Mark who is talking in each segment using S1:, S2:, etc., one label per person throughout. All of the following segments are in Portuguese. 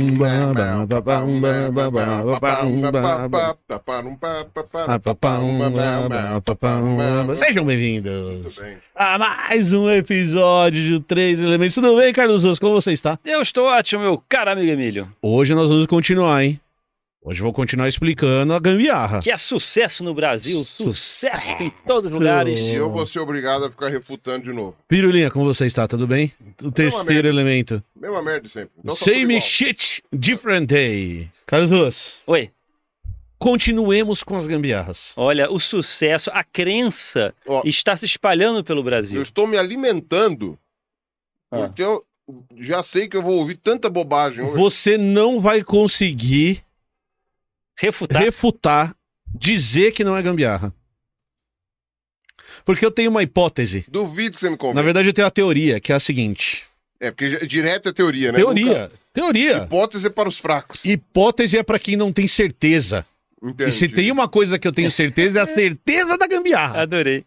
S1: Ah, um,
S2: Sejam bem-vindos
S1: bem.
S2: a mais um episódio de Três Elementos. Tudo bem, Carlos Russo? Como você está?
S3: Eu estou ótimo, meu caro amigo Emílio.
S2: Hoje nós vamos continuar, hein? Hoje eu vou continuar explicando a gambiarra.
S3: Que é sucesso no Brasil, sucesso, em todos os lugares.
S1: E eu vou ser obrigado a ficar refutando de novo.
S2: Pirulinha, como você está? Tudo bem? O terceiro
S1: merda.
S2: elemento.
S1: Mesma merda de sempre. Então, tá tudo
S2: Same
S1: igual.
S2: shit, different day. Carlos Russo,
S3: Oi,
S2: continuemos com as gambiarras.
S3: olha, o sucesso, a crença
S1: Ó.
S3: está se espalhando pelo
S1: Eu
S3: Brasil.
S1: estou me alimentando
S3: Ah.
S1: porque eu já sei que eu vou ouvir tanta bobagem hoje.
S2: Você não vai conseguir
S3: Refutar.
S2: refutar, dizer que não é gambiarra. Porque eu tenho uma hipótese.
S1: Duvido que você me
S2: Na
S1: convença.
S2: verdade, eu tenho a teoria, que é a seguinte:
S1: É, porque já- direto é teoria, né?
S2: teoria. Teoria.
S1: Nunca- Hipótese é para os fracos.
S2: Hipótese é pra quem não tem certeza.
S1: Entendi.
S2: E se tem uma coisa que eu tenho certeza, é a certeza da gambiarra.
S3: Adorei.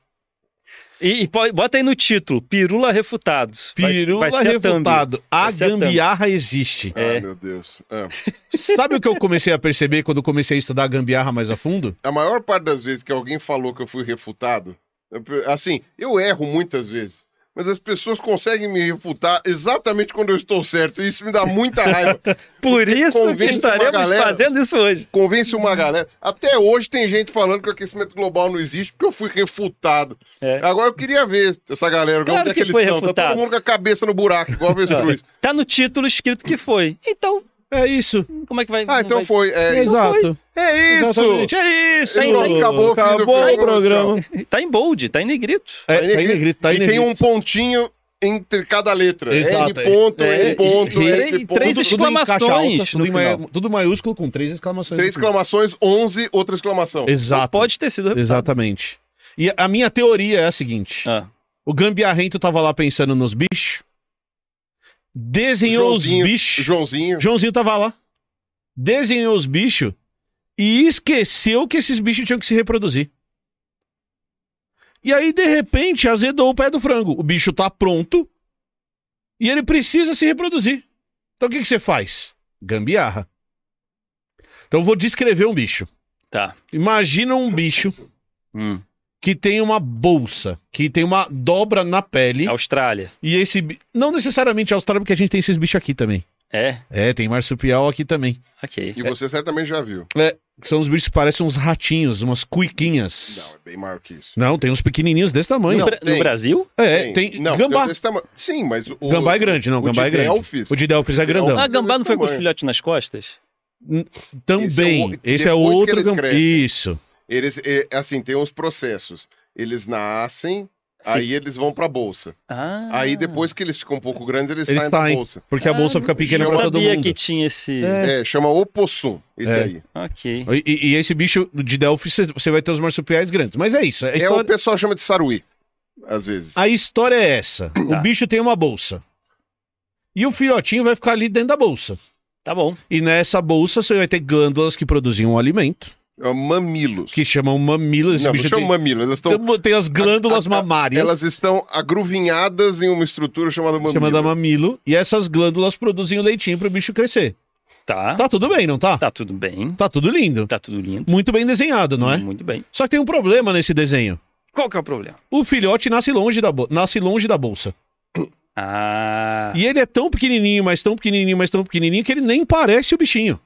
S3: E, e po- bota aí no título, Pirula Refutados. Vai-
S2: Pirula
S3: vai ser a thumb.
S2: refutado. A
S3: Vai ser a thumb.
S2: gambiarra existe.
S1: Ah,
S3: É.
S1: meu Deus. É.
S2: Sabe o que eu comecei a perceber quando eu comecei a estudar a gambiarra mais a fundo?
S1: A maior parte das vezes que alguém falou que eu fui refutado, eu pe- assim, eu erro muitas vezes. Mas as pessoas conseguem me refutar exatamente quando eu estou certo. E isso me dá muita raiva.
S3: Por
S1: Porque
S3: isso que
S1: convence uma
S3: estaremos
S1: galera.
S3: fazendo isso hoje.
S1: convence uma galera. Até hoje tem gente falando que o aquecimento global não existe porque eu fui refutado.
S3: É.
S1: Agora eu queria ver essa galera,
S3: Claro
S1: onde é
S3: que
S1: que eles
S3: foi
S1: estão. Tá
S3: refutado.
S1: todo mundo com a cabeça no buraco, igual a avestruz.
S3: Tá no título escrito que foi. Então,
S2: É isso.
S3: como é que vai...
S1: ah,
S3: não
S1: então
S3: vai-
S1: foi. É,
S2: Exato.
S1: é isso!
S2: Exatamente. É isso.
S3: Aí pronto,
S1: acabou o fim do
S2: Acabou o
S1: programa,
S2: programa.
S3: Tá em bold, tá em negrito.
S2: É, tá em negrito, tá em
S1: e tem
S2: negrito.
S1: um pontinho entre cada letra.
S2: Exato,
S1: N ponto,
S3: é.
S1: N ponto,
S3: É,
S1: F
S3: e
S1: ponto.
S3: três-
S2: em caixa
S3: exclamações
S2: alta,
S3: no
S2: assim, tudo, em maia-
S3: final.
S2: tudo maiúsculo com três exclamações.
S1: Três
S2: no final.
S1: exclamações, onze, outra exclamação.
S2: Exato.
S3: Pode ter sido refutado.
S2: Exatamente. E a minha teoria é a seguinte:
S3: Ah,
S2: o gambiarrento tava lá pensando nos bichos, desenhou
S1: Joãozinho,
S2: os bichos.
S1: Joãozinho.
S2: Joãozinho tava lá, desenhou os bichos e esqueceu que esses bichos tinham que se reproduzir. E aí, de repente, azedou o pé do frango. O bicho tá pronto e ele precisa se reproduzir. Então o que, que você faz? Gambiarra. Então eu vou descrever um bicho.
S3: tá.
S2: Imagina um bicho
S3: Hum.
S2: que tem uma bolsa, que tem uma dobra na
S3: É
S2: pele.
S3: Austrália.
S2: E esse. bi- Não necessariamente austrália, porque a gente tem esses bichos aqui também.
S3: É,
S2: É, tem marsupial aqui também.
S3: ok. É.
S1: E você certamente já viu.
S2: É, são os bichos que parecem uns ratinhos, umas
S1: Não,
S2: cuiquinhas.
S1: é bem maior que isso.
S2: Não, tem uns pequenininhos desse tamanho.
S3: No,
S1: Não,
S3: Bra- no
S1: tem.
S3: Brasil?
S2: é, tem,
S1: não,
S2: gambá.
S1: desse tamanho. Sim, mas o.
S2: Gambá é grande, não,
S1: o
S2: gambá
S1: de
S2: é grande.
S1: Delfis-
S2: O de Delfis é grandão.
S1: Delfis.
S3: Ah, gambá não foi com os
S1: tamanho.
S3: filhotes nas costas?
S2: Também.
S1: esse é
S2: Esse é,
S1: o- depois que
S2: outro
S1: eles
S2: gambá.
S1: crescem.
S2: Isso.
S1: Eles, é, assim, tem uns processos. Eles nascem, aí eles vão pra bolsa.
S3: Ah.
S1: Aí depois que eles ficam um pouco grandes, eles,
S2: Eles
S1: saem da
S2: saem.
S1: bolsa.
S2: Porque a
S3: Ah,
S2: bolsa fica pequena
S3: Eu
S2: pra todo
S3: sabia
S2: mundo.
S3: que tinha esse.
S2: É.
S1: É, chama opossum, esse
S2: É.
S1: aí.
S3: Ok.
S2: E, e- e esse bicho de Delfis, você- você vai ter os marsupiais grandes. Mas é isso. A
S1: É, o
S2: história,
S1: pessoal chama de saruí, às vezes.
S2: a história é essa. O
S3: Tá.
S2: bicho tem uma bolsa. E o filhotinho vai ficar ali dentro da bolsa.
S3: Tá bom.
S2: E nessa bolsa você vai ter glândulas que produzem um alimento,
S1: É o mamilos.
S2: que chamam mamilos. Esse
S1: Não, não
S2: bicho
S1: chama
S2: tem...
S1: mamilos, elas estão...
S2: Então, tem as glândulas
S1: a- a-
S2: mamárias,
S1: Elas estão agruvinhadas em uma estrutura chamada mamilo.
S2: chamada mamilo, e essas glândulas produzem o leitinho pro bicho crescer.
S3: Tá. Tá,
S2: Tá tudo bem, não tá?
S3: tudo bem.
S2: Tá tudo lindo.
S3: Tá tudo lindo.
S2: Muito bem desenhado, não é?
S3: Muito bem.
S2: Só que tem um problema nesse desenho.
S3: Qual que é o problema?
S2: O filhote nasce longe da, bo- nasce longe da bolsa.
S3: Ah.
S2: E ele é tão pequenininho, mas tão pequenininho, mas tão pequenininho, que ele nem parece o bichinho.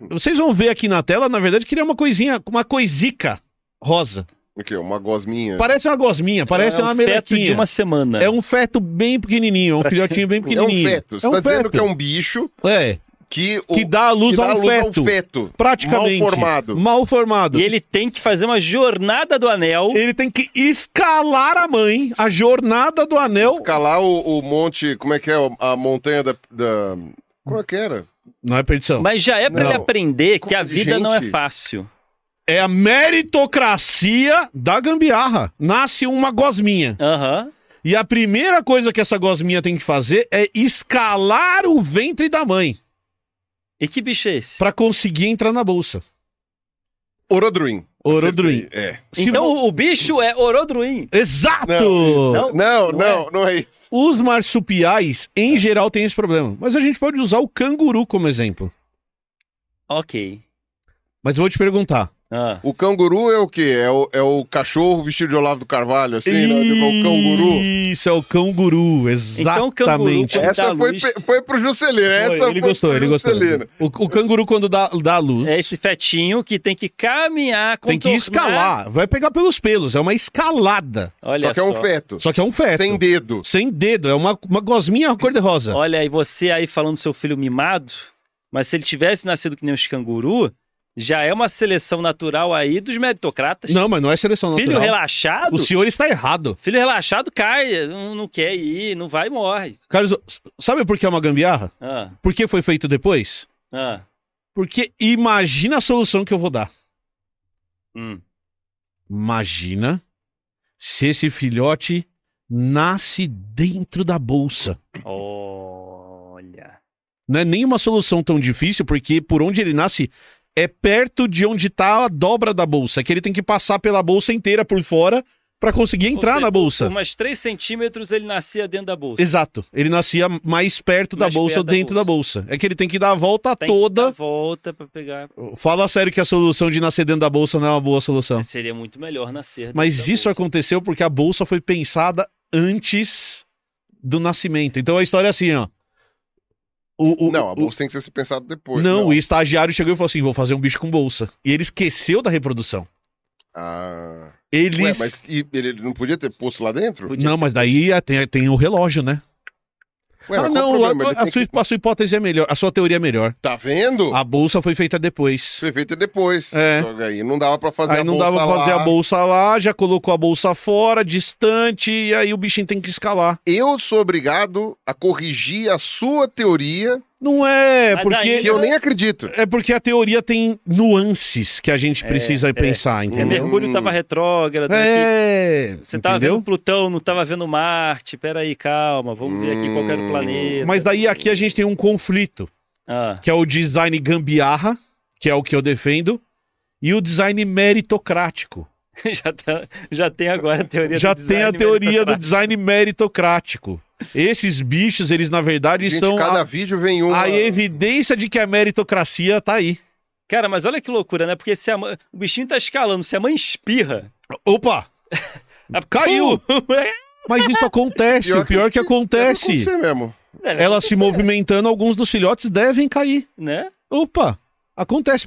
S2: Vocês vão ver aqui na tela, na verdade, que ele é uma coisinha, uma coisica rosa.
S1: O quê? Uma gosminha?
S2: Parece uma gosminha, parece
S3: é
S2: uma
S3: um feto
S2: melequinha.
S3: de uma semana.
S2: É um feto bem pequenininho, é um filhotinho bem
S1: É um
S2: pequenininho.
S1: feto. Você tá dizendo que é um bicho
S2: É,
S1: que... o-
S2: que dá a luz,
S1: que dá
S2: a um,
S1: luz
S2: feto,
S1: ao feto.
S2: Praticamente.
S1: Mal formado.
S2: Mal formado.
S3: E ele tem que fazer uma jornada do anel.
S2: Ele tem que escalar a mãe, a jornada do anel.
S1: Escalar o, o monte... Como é que é? A montanha da... da... Como é que era?
S2: Não é perdição.
S3: Mas já é pra
S1: Não.
S3: ele aprender que a vida não é
S1: Gente.
S3: fácil.
S2: É a meritocracia da gambiarra. Nasce uma gosminha.
S3: Aham.
S2: E a primeira coisa que essa gosminha tem que fazer é escalar o ventre da mãe
S3: E que bicho é esse?
S2: pra conseguir entrar na bolsa.
S1: Orodruin.
S2: Orodruin.
S1: Acertei. É.
S2: Se
S3: então
S2: vo-
S3: o bicho é Orodruin.
S2: Exato!
S1: Não, isso. não,
S3: Não é?
S1: não, não é isso.
S2: Os marsupiais, em
S1: É.
S2: geral, têm esse problema. Mas a gente pode usar o canguru como exemplo.
S3: Ok.
S2: Mas eu vou te perguntar.
S3: Ah.
S1: O canguru é o quê? É o, é o cachorro vestido de Olavo do Carvalho, assim, né? Tipo, o canguru.
S2: Isso, é o canguru,
S3: Então, o canguru,
S2: exatamente.
S3: quando dá
S1: Essa foi,
S3: luz-
S1: pe- foi pro Juscelino. É Essa
S2: Foi,
S1: foi,
S2: ele gostou,
S1: pro
S2: ele gostou.
S1: Juscelino.
S2: O, o canguru, quando dá, dá a luz,
S3: É esse fetinho que tem que caminhar,
S2: Hum? tem que né?
S3: contornar.
S2: escalar. Vai pegar pelos pelos, é uma escalada.
S3: Olha
S1: Só que é um feto.
S2: Só que é um feto.
S1: Sem dedo.
S2: Sem dedo, é uma, uma gosminha cor-de-rosa.
S3: Olha, e você aí falando do seu filho mimado, mas se ele tivesse nascido que nem os canguru, já é uma seleção natural aí dos meritocratas.
S2: Não, mas não é seleção natural.
S3: filho relaxado?
S2: O senhor está errado.
S3: Filho relaxado cai, não, não quer ir, não vai e morre.
S2: Carlos, s- sabe por que é uma gambiarra?
S3: Ah,
S2: Por que foi feito depois?
S3: ah,
S2: Porque imagina a solução que eu vou dar.
S3: hum.
S2: Imagina se esse filhote nasce dentro da bolsa.
S3: Olha.
S2: Não é nenhuma solução tão difícil, porque por onde ele nasce é perto de onde está a dobra da bolsa, que ele tem que passar pela bolsa inteira por fora para conseguir entrar
S3: seja,
S2: na bolsa.
S3: Por umas 3 centímetros ele nascia dentro da bolsa.
S2: Exato. Ele nascia mais perto da
S3: Mais
S2: bolsa
S3: perto da
S2: dentro da bolsa. É que ele tem que dar a volta
S3: Tem que dar
S2: toda.
S3: volta pra pegar.
S2: Fala sério que a solução de nascer dentro da bolsa não é uma boa solução.
S3: Seria muito melhor nascer. dentro
S2: Mas
S3: da
S2: isso
S3: bolsa.
S2: aconteceu porque a bolsa foi pensada antes do nascimento. Então a história é assim, ó. O, o-
S1: não, a
S2: o-
S1: bolsa tem que ser pensada depois.
S2: não, o estagiário chegou e falou assim: vou fazer um bicho com bolsa. E ele esqueceu da reprodução.
S1: Ah.
S2: Ele.
S1: Ué, mas e- ele não podia ter posto lá dentro?
S3: Podia
S2: Não, mas daí é- tem, tem o relógio, né?
S1: Ué,
S2: ah,
S1: mas qual o
S2: não, a,
S1: problema? Ele
S2: a
S1: tem
S2: sua,
S1: que-
S2: a sua hipótese é melhor. A sua teoria é melhor.
S1: Tá vendo?
S2: A bolsa foi feita depois.
S1: Foi feita depois.
S2: Ah. É.
S1: Só que aí não dava pra fazer
S2: aí
S1: a
S2: não
S1: bolsa
S2: dava pra fazer
S1: lá.
S2: a bolsa lá, já colocou a bolsa fora, distante, e aí o bichinho tem que escalar.
S1: Eu sou obrigado a corrigir a sua teoria,
S2: Não é,
S3: Mas
S2: porque.
S3: aí-
S1: que eu nem acredito.
S2: É porque a teoria tem nuances que a gente precisa
S3: é.
S2: pensar,
S3: É,
S2: entendeu?
S3: Mercúrio
S1: Hum.
S3: tava retrógrado. aqui.
S2: É.
S3: Você tá tava
S2: entendeu?
S3: vendo Plutão, não tava vendo Marte. Peraí, calma. Vamos ver aqui qual que era o
S1: Hum.
S3: planeta.
S2: Mas daí aqui a gente tem um conflito,
S3: Ah,
S2: que é o design gambiarra, que é o que eu defendo, e o design meritocrático.
S3: já, tá- já tem agora a teoria
S2: Já
S3: do
S2: tem a
S3: design
S2: teoria do
S3: meritocrático.
S2: design meritocrático. Esses bichos, eles na verdade
S1: Gente,
S2: são
S1: cada
S2: a,
S1: vídeo vem um.
S2: a evidência de que a meritocracia tá aí.
S3: Cara, mas olha que loucura, né? Porque se a mãe... o bichinho tá escalando, se a mãe espirra.
S2: Opa!
S3: a-
S2: Caiu! Mas isso acontece,
S1: Pior
S2: o pior que
S1: que- Deve
S2: acontece.
S1: acontecer mesmo.
S2: Ela se movimentando, alguns dos filhotes devem cair.
S3: Né?
S2: Opa, acontece.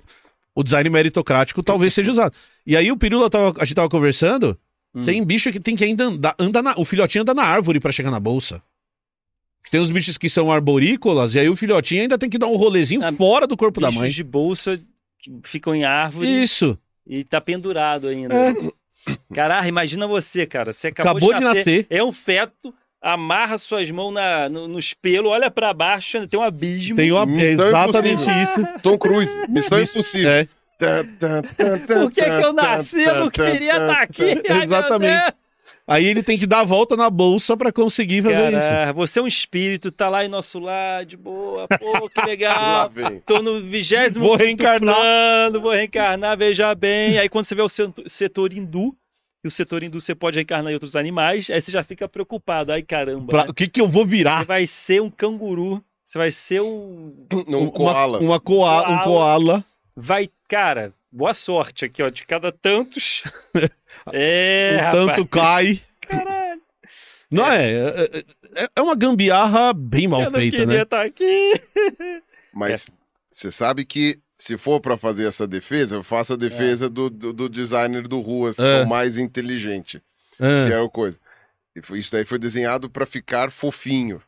S2: O design meritocrático talvez seja usado. E aí o Pirula, tava, a gente tava conversando,
S3: Hum.
S2: tem bicho que tem que ainda andar, anda na, o filhotinho anda na árvore pra chegar na bolsa. Tem uns bichos que são arborícolas, e aí o filhotinho ainda tem que dar um rolezinho
S3: Ah,
S2: fora do corpo da
S3: Bichos
S2: mãe.
S3: de bolsa que ficam em árvore
S2: Isso,
S3: e tá pendurado ainda.
S2: É.
S3: Caralho, imagina você, cara. Você acabou,
S2: acabou de nascer.
S3: É um feto, amarra suas mãos na, no- nos pelos, olha pra baixo, tem um abismo.
S2: Tem uma, é
S1: Missão
S2: exatamente
S1: impossível.
S2: isso.
S1: Tom Cruise, Missão
S2: Isso,
S1: Impossível.
S2: é.
S3: Por que, que eu nasci? Eu não queria
S2: tá
S3: estar aqui. Ai, meu
S2: Exatamente.
S3: Deus.
S2: Aí ele tem que dar a volta na bolsa pra conseguir fazer isso.
S3: Cara, você é um espírito, tá lá em nosso lar, de boa. Pô, que
S1: Lá
S3: legal.
S1: vem.
S3: Tô no vigésimo
S2: Vou reencarnar.
S3: plano, vou reencarnar, veja bem. Aí quando você vê o setor- setor hindu, e o setor hindu você pode reencarnar em outros animais, aí você já fica preocupado. Ai, caramba.
S2: Pra-
S3: né?
S2: O que que eu vou
S3: Você
S2: virar?
S3: vai ser um canguru, você vai ser um...
S1: Não,
S2: Uma-
S1: É koala.
S2: Uma koala. Um koala.
S3: Vai, cara, boa sorte aqui, ó, de cada tantos. é,
S2: um tanto
S3: rapaz.
S2: cai.
S3: Caralho.
S2: Não é. É, é- é uma gambiarra bem mal
S3: eu não
S2: feita,
S3: queria
S2: né?
S3: estar aqui.
S2: É.
S1: Mas você sabe que se for pra fazer essa defesa, eu faço a defesa do, do, do designer do Ruas, que é
S2: É.
S1: o mais inteligente,
S2: É.
S1: que é o coisa. E foi- Isso daí foi desenhado pra ficar fofinho.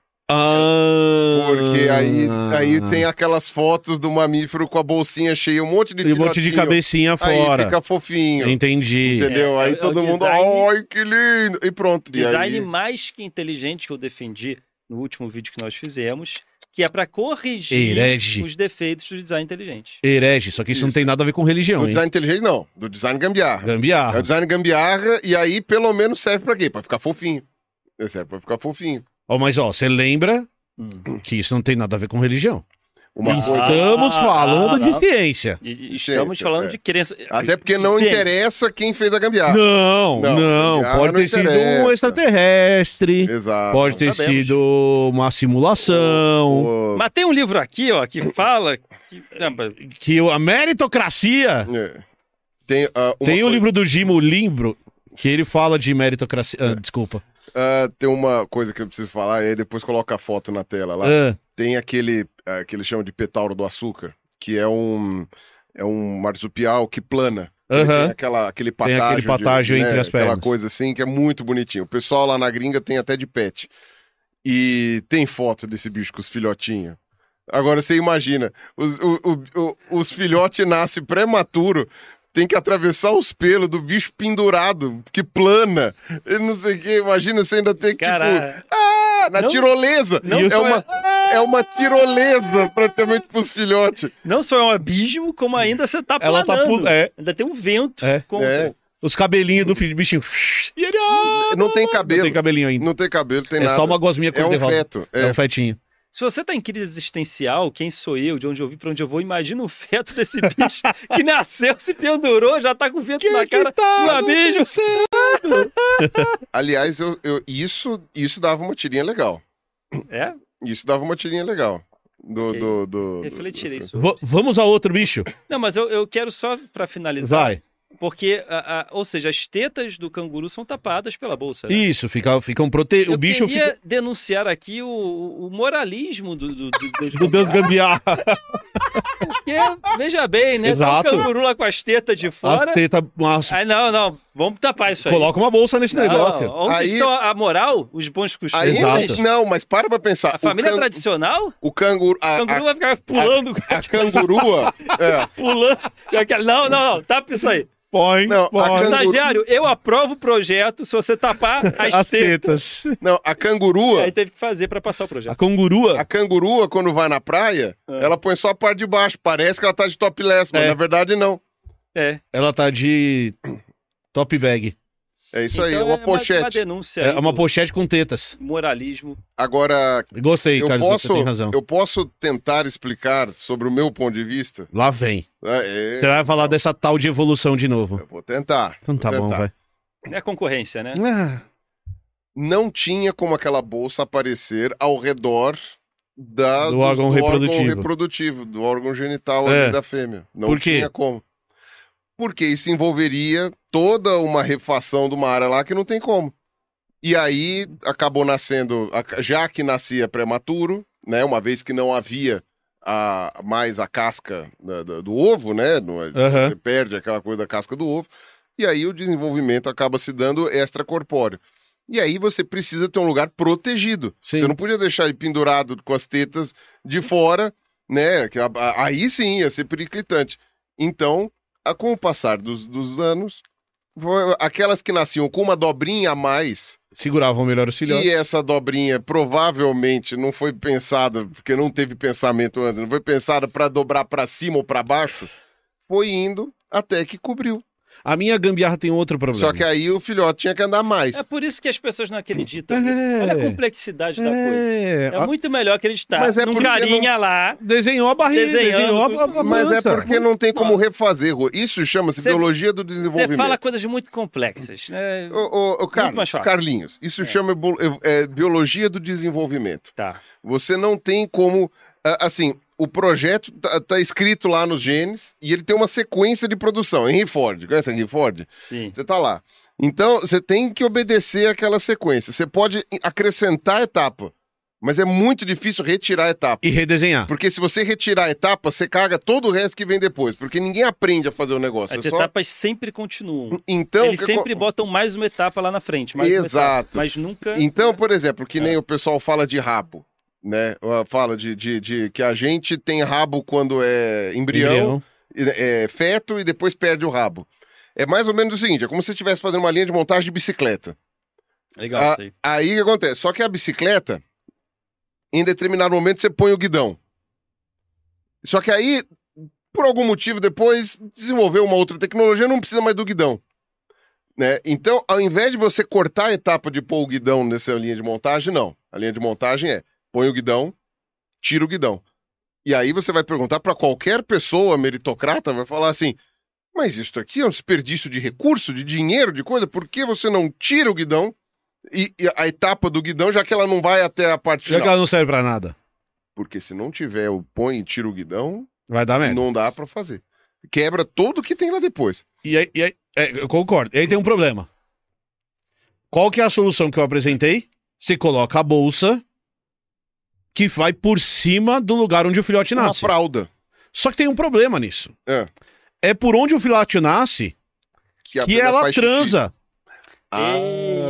S2: Ah.
S1: Porque aí, aí tem aquelas fotos do mamífero com a bolsinha cheia, um monte de
S2: E um monte de
S1: filhotinho.
S2: cabecinha
S1: Aí
S2: fora.
S1: fica assim, fofinho.
S2: Entendi.
S1: Entendeu?
S3: É,
S1: aí
S3: é o
S1: todo mundo,
S3: design-
S1: ai, que lindo! E pronto. e
S3: Design
S1: aí-
S3: mais que inteligente que eu defendi no último vídeo que nós fizemos, que é pra corrigir
S2: Herege.
S3: os defeitos do design inteligente.
S2: Herege. Só que isso, não
S1: Isso.
S2: tem nada a ver com
S1: Do
S2: religião, hein?
S1: design inteligente, não. Do design gambiarra. É o
S2: Gambiarra.
S1: design gambiarra, e aí pelo menos serve pra quê? Pra ficar fofinho. É, Serve pra ficar fofinho.
S2: Ó, mas ó, você lembra
S3: Hum.
S2: que isso não tem nada a ver com religião.
S1: Hum. Uma
S3: Isso.
S1: coisa.
S2: Estamos
S3: Ah,
S2: falando de
S3: não.
S2: ciência.
S3: E- e
S1: Isso,
S3: Estamos
S1: isso,
S3: falando
S1: é.
S3: de crença.
S1: Até porque não
S3: Sim.
S1: interessa quem fez a gambiarra.
S2: Ah, Não,
S1: Não,
S2: não.
S1: gambiarra
S2: Pode
S1: não
S2: ter sido um
S1: interessa.
S2: extraterrestre.
S1: Exato.
S2: Pode ter
S3: sabemos.
S2: sido uma simulação.
S1: O-
S3: Mas tem um livro aqui, ó, que fala. que- Não, mas-
S2: Que a meritocracia.
S1: é. Tem, ah, uma
S2: Tem o
S1: coi-
S2: livro do Gimo Limbro, que ele fala de meritocracia.
S1: É,
S2: Ah, desculpa.
S1: ah, tem uma coisa que eu preciso falar, e aí depois coloca a foto na tela lá.
S2: Ah,
S1: Tem aquele ah, que eles chamam de petauro do açúcar, que é um, é um marsupial que plana. Que ele
S2: Aham.
S1: Tem aquela, aquele patágio.
S2: aquele
S1: de- né,
S2: patágio entre as
S1: Aquela
S2: pernas.
S1: coisa assim que é muito bonitinho. O pessoal lá na gringa tem até de pet. E tem foto desse bicho com os filhotinhos. Agora você imagina, os, o, o- o- os filhotes nascem prematuro, tem que atravessar os pelos do bicho pendurado, que plana. Eu não sei o que, imagina você ainda ter que,
S3: Cara.
S1: tipo, ah, na
S3: Não-
S1: tirolesa.
S3: não
S1: é,
S3: só
S1: uma, é uma tirolesa praticamente pros filhotes.
S3: Não só é um abismo, como ainda você tá
S2: Ela
S3: planando.
S2: tá pu- é.
S3: Ainda tem um vento.
S2: É.
S3: contra.
S1: É.
S2: os cabelinhos do filho de bichinho. E ele. Ah,
S1: Não tem
S2: não
S1: cabelo.
S2: tem cabelinho ainda.
S1: Não tem cabelo, tem
S2: É
S1: nada.
S2: só uma gosminha
S1: É um
S2: cor-de-rosa.
S1: feto.
S2: É
S1: É.
S2: um fetinho.
S3: Se você tá em crise existencial, quem sou eu, de onde eu vim, pra onde eu vou, imagina o feto desse bicho que nasceu, se pendurou, já tá com vento
S2: é
S3: na cara, no abismo.
S1: Aliás, eu, eu- isso, isso dava uma tirinha legal.
S3: É,
S1: Isso dava uma tirinha legal. Do,
S3: Ok.
S1: do, do, do-
S3: refletirei isso.
S2: Va- vamos a outro bicho?
S3: Não, mas eu, eu quero só pra finalizar,
S2: Vai.
S3: porque, a- a- ou seja, as tetas do canguru são tapadas pela bolsa. né?
S2: Isso, fica, fica um prote...
S3: Eu
S2: O bicho
S3: queria
S2: fica.
S3: denunciar aqui o, o moralismo do, do, do- dos
S2: Do Deus gambiarra.
S3: Porque, veja bem, né? Tá o
S2: Exato.
S3: canguru lá com as tetas de
S2: A
S3: fora.
S2: teta. As...
S3: Aí, não, não, vamos tapar isso aí.
S2: Coloca uma bolsa nesse negócio.
S3: não,
S2: cara.
S3: onde
S1: Aí-
S3: estão a a moral, os bons costumes?
S1: Aí,
S2: Exato.
S1: não, mas para pra pensar.
S3: A família
S1: o, can-
S3: tradicional,
S1: o canguru.
S3: o
S1: A,
S3: canguru
S1: a,
S3: tipo- vai ficar pulando,
S1: a cangurua. é,
S3: pulando. E aquela- Não, não, não, tapa isso aí.
S2: Põe.
S1: Não, a
S2: põe
S1: can- Canguru.
S3: Estagiário, eu aprovo o projeto se você tapar as,
S2: As
S3: tetas.
S2: tetas.
S1: não, a
S3: Aí
S1: cangurua.
S3: teve que fazer pra passar o projeto.
S2: A cangurua.
S1: A cangurua, quando vai na praia,
S3: É.
S1: ela põe só a parte de baixo. Parece que ela tá de topless, mas
S2: É.
S1: na verdade não.
S3: É.
S2: Ela tá de top bag.
S1: É isso aí, é
S3: Então,
S1: uma
S3: É uma
S1: pochete.
S3: denúncia
S2: É
S3: aí
S2: uma
S3: do
S2: pochete com tetas.
S3: moralismo.
S1: Agora,
S2: Gostei,
S1: eu
S2: Carlos,
S1: posso,
S2: você tem razão.
S1: eu posso tentar explicar sobre o meu ponto de vista?
S2: Lá vem.
S1: É, é,
S2: Você vai falar dessa tal de evolução de novo.
S1: Eu vou tentar.
S2: Então tá
S1: vou
S2: bom,
S1: tentar.
S2: vai.
S3: É concorrência, né?
S2: Ah.
S1: Não tinha como aquela bolsa aparecer ao redor da,
S2: Do órgão reprodutivo.
S1: reprodutivo, do órgão genital
S2: É.
S1: ali da fêmea. Não
S2: Por quê?
S1: tinha como. Porque isso envolveria toda uma refação de uma área lá que não tem como. E aí acabou nascendo, a- já que nascia prematuro, né? Uma vez que não havia a, mais a casca da- da- do ovo, né? não é-
S2: Aham.
S1: Você perde aquela coisa da casca do ovo. E aí o desenvolvimento acaba se dando extracorpóreo. E aí você precisa ter um lugar protegido.
S2: Sim.
S1: Você não podia deixar ele pendurado com as tetas de fora, né? Que a- a- Aí sim ia ser periclitante. Então, a- com o passar dos, dos anos, foi- aquelas que nasciam com uma dobrinha a mais,
S2: Seguravam melhor os filhotes.
S1: e essa dobrinha provavelmente não foi pensada, porque não teve pensamento antes, não foi pensada para dobrar para cima ou para baixo, foi indo até que cobriu.
S2: A minha gambiarra tem outro problema.
S1: Só que aí o filhote tinha que andar mais.
S3: É por isso que as pessoas não acreditam.
S2: É.
S3: nisso. Olha a complexidade
S1: tá
S3: da coisa.
S2: É,
S3: É
S2: a-
S3: muito melhor acreditar
S1: Mas é
S3: num
S1: porque
S3: carinha lá.
S2: Desenhou a barriga,
S3: Desenhando,
S2: desenhou a, a, a
S1: Mas é
S2: pança.
S1: porque não tem como refazer. Rô. Isso chama-se
S3: Cê-
S1: biologia do
S3: Você
S1: desenvolvimento.
S3: fala coisas muito complexas. Né?
S1: Ô, ô, ô,
S3: mais
S1: Carlos,
S3: fácil.
S1: Carlinhos, isso chama bo- é, é, biologia do desenvolvimento.
S3: Tá.
S1: Você não tem como. a- Assim, o projeto tá, tá escrito lá nos genes e ele tem uma sequência de produção. Henry Ford, conhece Henry Ford?
S3: Sim.
S1: Você tá lá. Então, você tem que obedecer aquela sequência. Você pode acrescentar etapa, mas é muito difícil retirar etapa.
S2: E redesenhar.
S1: Porque se você retirar a etapa, você caga todo o resto que vem depois. Porque ninguém aprende a fazer o negócio.
S3: As
S1: é só-
S3: etapas sempre continuam.
S1: Então,
S3: Eles
S1: o que acon-
S3: sempre botam mais uma etapa lá na frente. Mais uma
S1: Exato.
S3: etapa, mas nunca.
S1: Então, por exemplo, que nem o pessoal fala de rabo, né? Ou Fala de, de, de- que a gente tem rabo quando é embrião, e- é feto e depois perde o rabo. É mais ou menos o seguinte, é como se você estivesse fazendo uma linha de montagem de bicicleta.
S3: Legal,
S1: Ah,
S3: isso aí.
S1: Aí o que acontece? Só que a bicicleta, em determinado momento, você põe o guidão. Só que aí, por algum motivo, depois desenvolveu uma outra tecnologia, não precisa mais do guidão. Né? Então, ao invés de você cortar a etapa de pôr o guidão nessa linha de montagem, não. A linha de montagem é põe o guidão, tira o guidão. E aí você vai perguntar para qualquer pessoa meritocrata, vai falar assim: mas isso aqui é um desperdício de recurso, de dinheiro, de coisa, por que você não tira o guidão e, e a etapa do guidão, já que ela não vai até a parte
S2: Já
S1: final?
S2: que ela não serve pra nada.
S1: Porque se não tiver o põe e tira o guidão,
S2: Vai dar merda.
S1: não dá pra fazer. Quebra tudo que tem lá depois.
S2: E aí, e aí- é, eu concordo. E aí tem um problema. Qual que é a solução que eu apresentei? Você coloca a bolsa que vai por cima do lugar onde o filhote
S1: Uma
S2: nasce.
S1: fralda.
S2: Só que tem um problema nisso.
S1: É.
S2: É por onde o filhote nasce que
S1: apenas
S2: ela
S1: É, faz xixi.
S2: transa.
S1: Ah,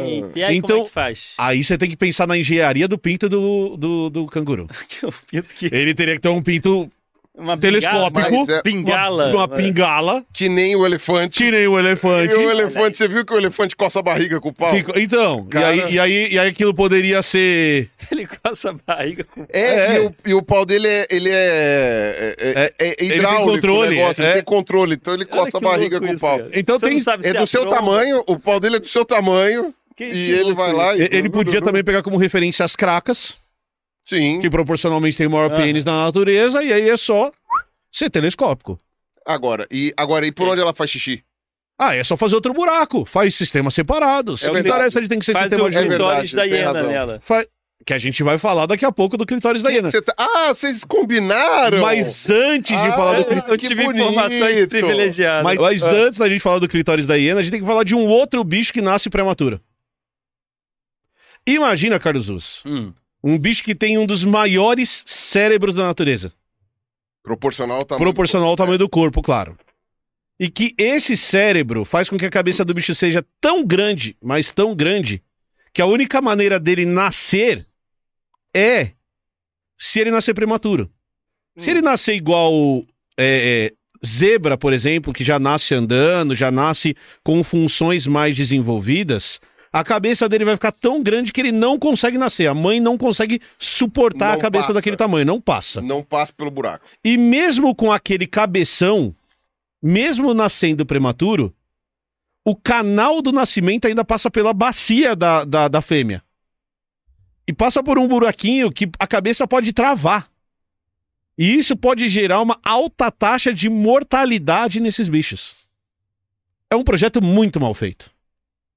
S3: Eita, e aí
S2: Então-
S3: como é que faz?
S2: Aí você tem que pensar na engenharia do pinto do, do, do canguru.
S1: Ah,
S3: Que eu pinto que-
S2: Ele teria que ter um pinto,
S3: Uma
S2: Telescópico.
S3: bengala-
S1: Mas é-
S3: Bengala.
S2: uma, uma pingala,
S1: que nem o elefante.
S2: tirei o um elefante.
S1: E um o elefante, você viu que o elefante coça a barriga com o pau?
S2: Fico- Então,
S1: Cara.
S2: e, aí, e, aí, e aí aquilo poderia ser.
S3: Ele coça a barriga com
S1: É,
S2: É.
S1: E, o, e o pau dele é, ele é, é, é- é
S2: tem
S1: hidráulico,
S2: controle,
S1: o negócio,
S2: é.
S1: ele tem controle, então ele
S3: Olha
S1: coça a
S3: que
S1: barriga
S3: louco
S1: com o
S3: isso,
S1: pau.
S3: cara.
S2: Então
S3: Você
S2: tem-
S3: não sabe se
S1: É do seu
S3: tronco,
S1: tamanho, o pau dele é do seu tamanho,
S3: que- que
S1: e ele
S3: louco
S1: vai
S3: isso.
S1: lá e...
S2: e- Ele podia também pegar como referência as cracas,
S1: Sim.
S2: que proporcionalmente tem o maior
S3: Ah.
S2: pênis na natureza, e aí é só ser telescópico.
S1: Agora, e agora, e
S2: É.
S1: por onde ela faz xixi?
S2: Ah, é só fazer outro buraco. Faz sistemas separados.
S3: É
S2: não
S3: verdade.
S2: interessa de tem que ser
S3: Faz
S2: sistema
S3: o
S2: de. um.
S1: É verdade,
S3: clitóris da
S1: tem
S3: hiena
S1: razão.
S3: nela.
S2: Fa- Que a gente vai falar daqui a pouco do clitóris da hiena.
S1: Você tá- Ah, vocês combinaram!
S2: né? Mas antes de
S1: Ah,
S2: falar do
S1: é. ah.
S3: Eu
S1: Que
S3: tive
S1: bonito.
S3: informações privilegiadas.
S2: Mas, mas antes da gente falar do clitóris da hiena, a gente tem que falar de um outro bicho que nasce prematura. Imagina, Carlos Uso,
S3: Hum.
S2: um bicho que tem um dos maiores cérebros da natureza.
S1: Proporcional ao tamanho. né?
S2: Proporcional ao tamanho do corpo, claro. E que esse cérebro faz com que a cabeça do bicho seja tão grande, mas tão grande, que a única maneira dele nascer é se ele nascer prematuro. Se
S1: Hum.
S2: ele nascer igual é, é, zebra, por exemplo, que já nasce andando, já nasce com funções mais desenvolvidas, a cabeça dele vai ficar tão grande que ele não consegue nascer. A mãe não consegue suportar
S1: Não
S2: a cabeça
S1: passa.
S2: daquele tamanho, não passa.
S1: Não passa pelo buraco.
S2: E mesmo com aquele cabeção, mesmo nascendo prematuro, o canal do nascimento ainda passa pela bacia da, da, da fêmea. E passa por um buraquinho que a cabeça pode travar. E isso pode gerar uma alta taxa de mortalidade nesses bichos. É um projeto muito mal feito.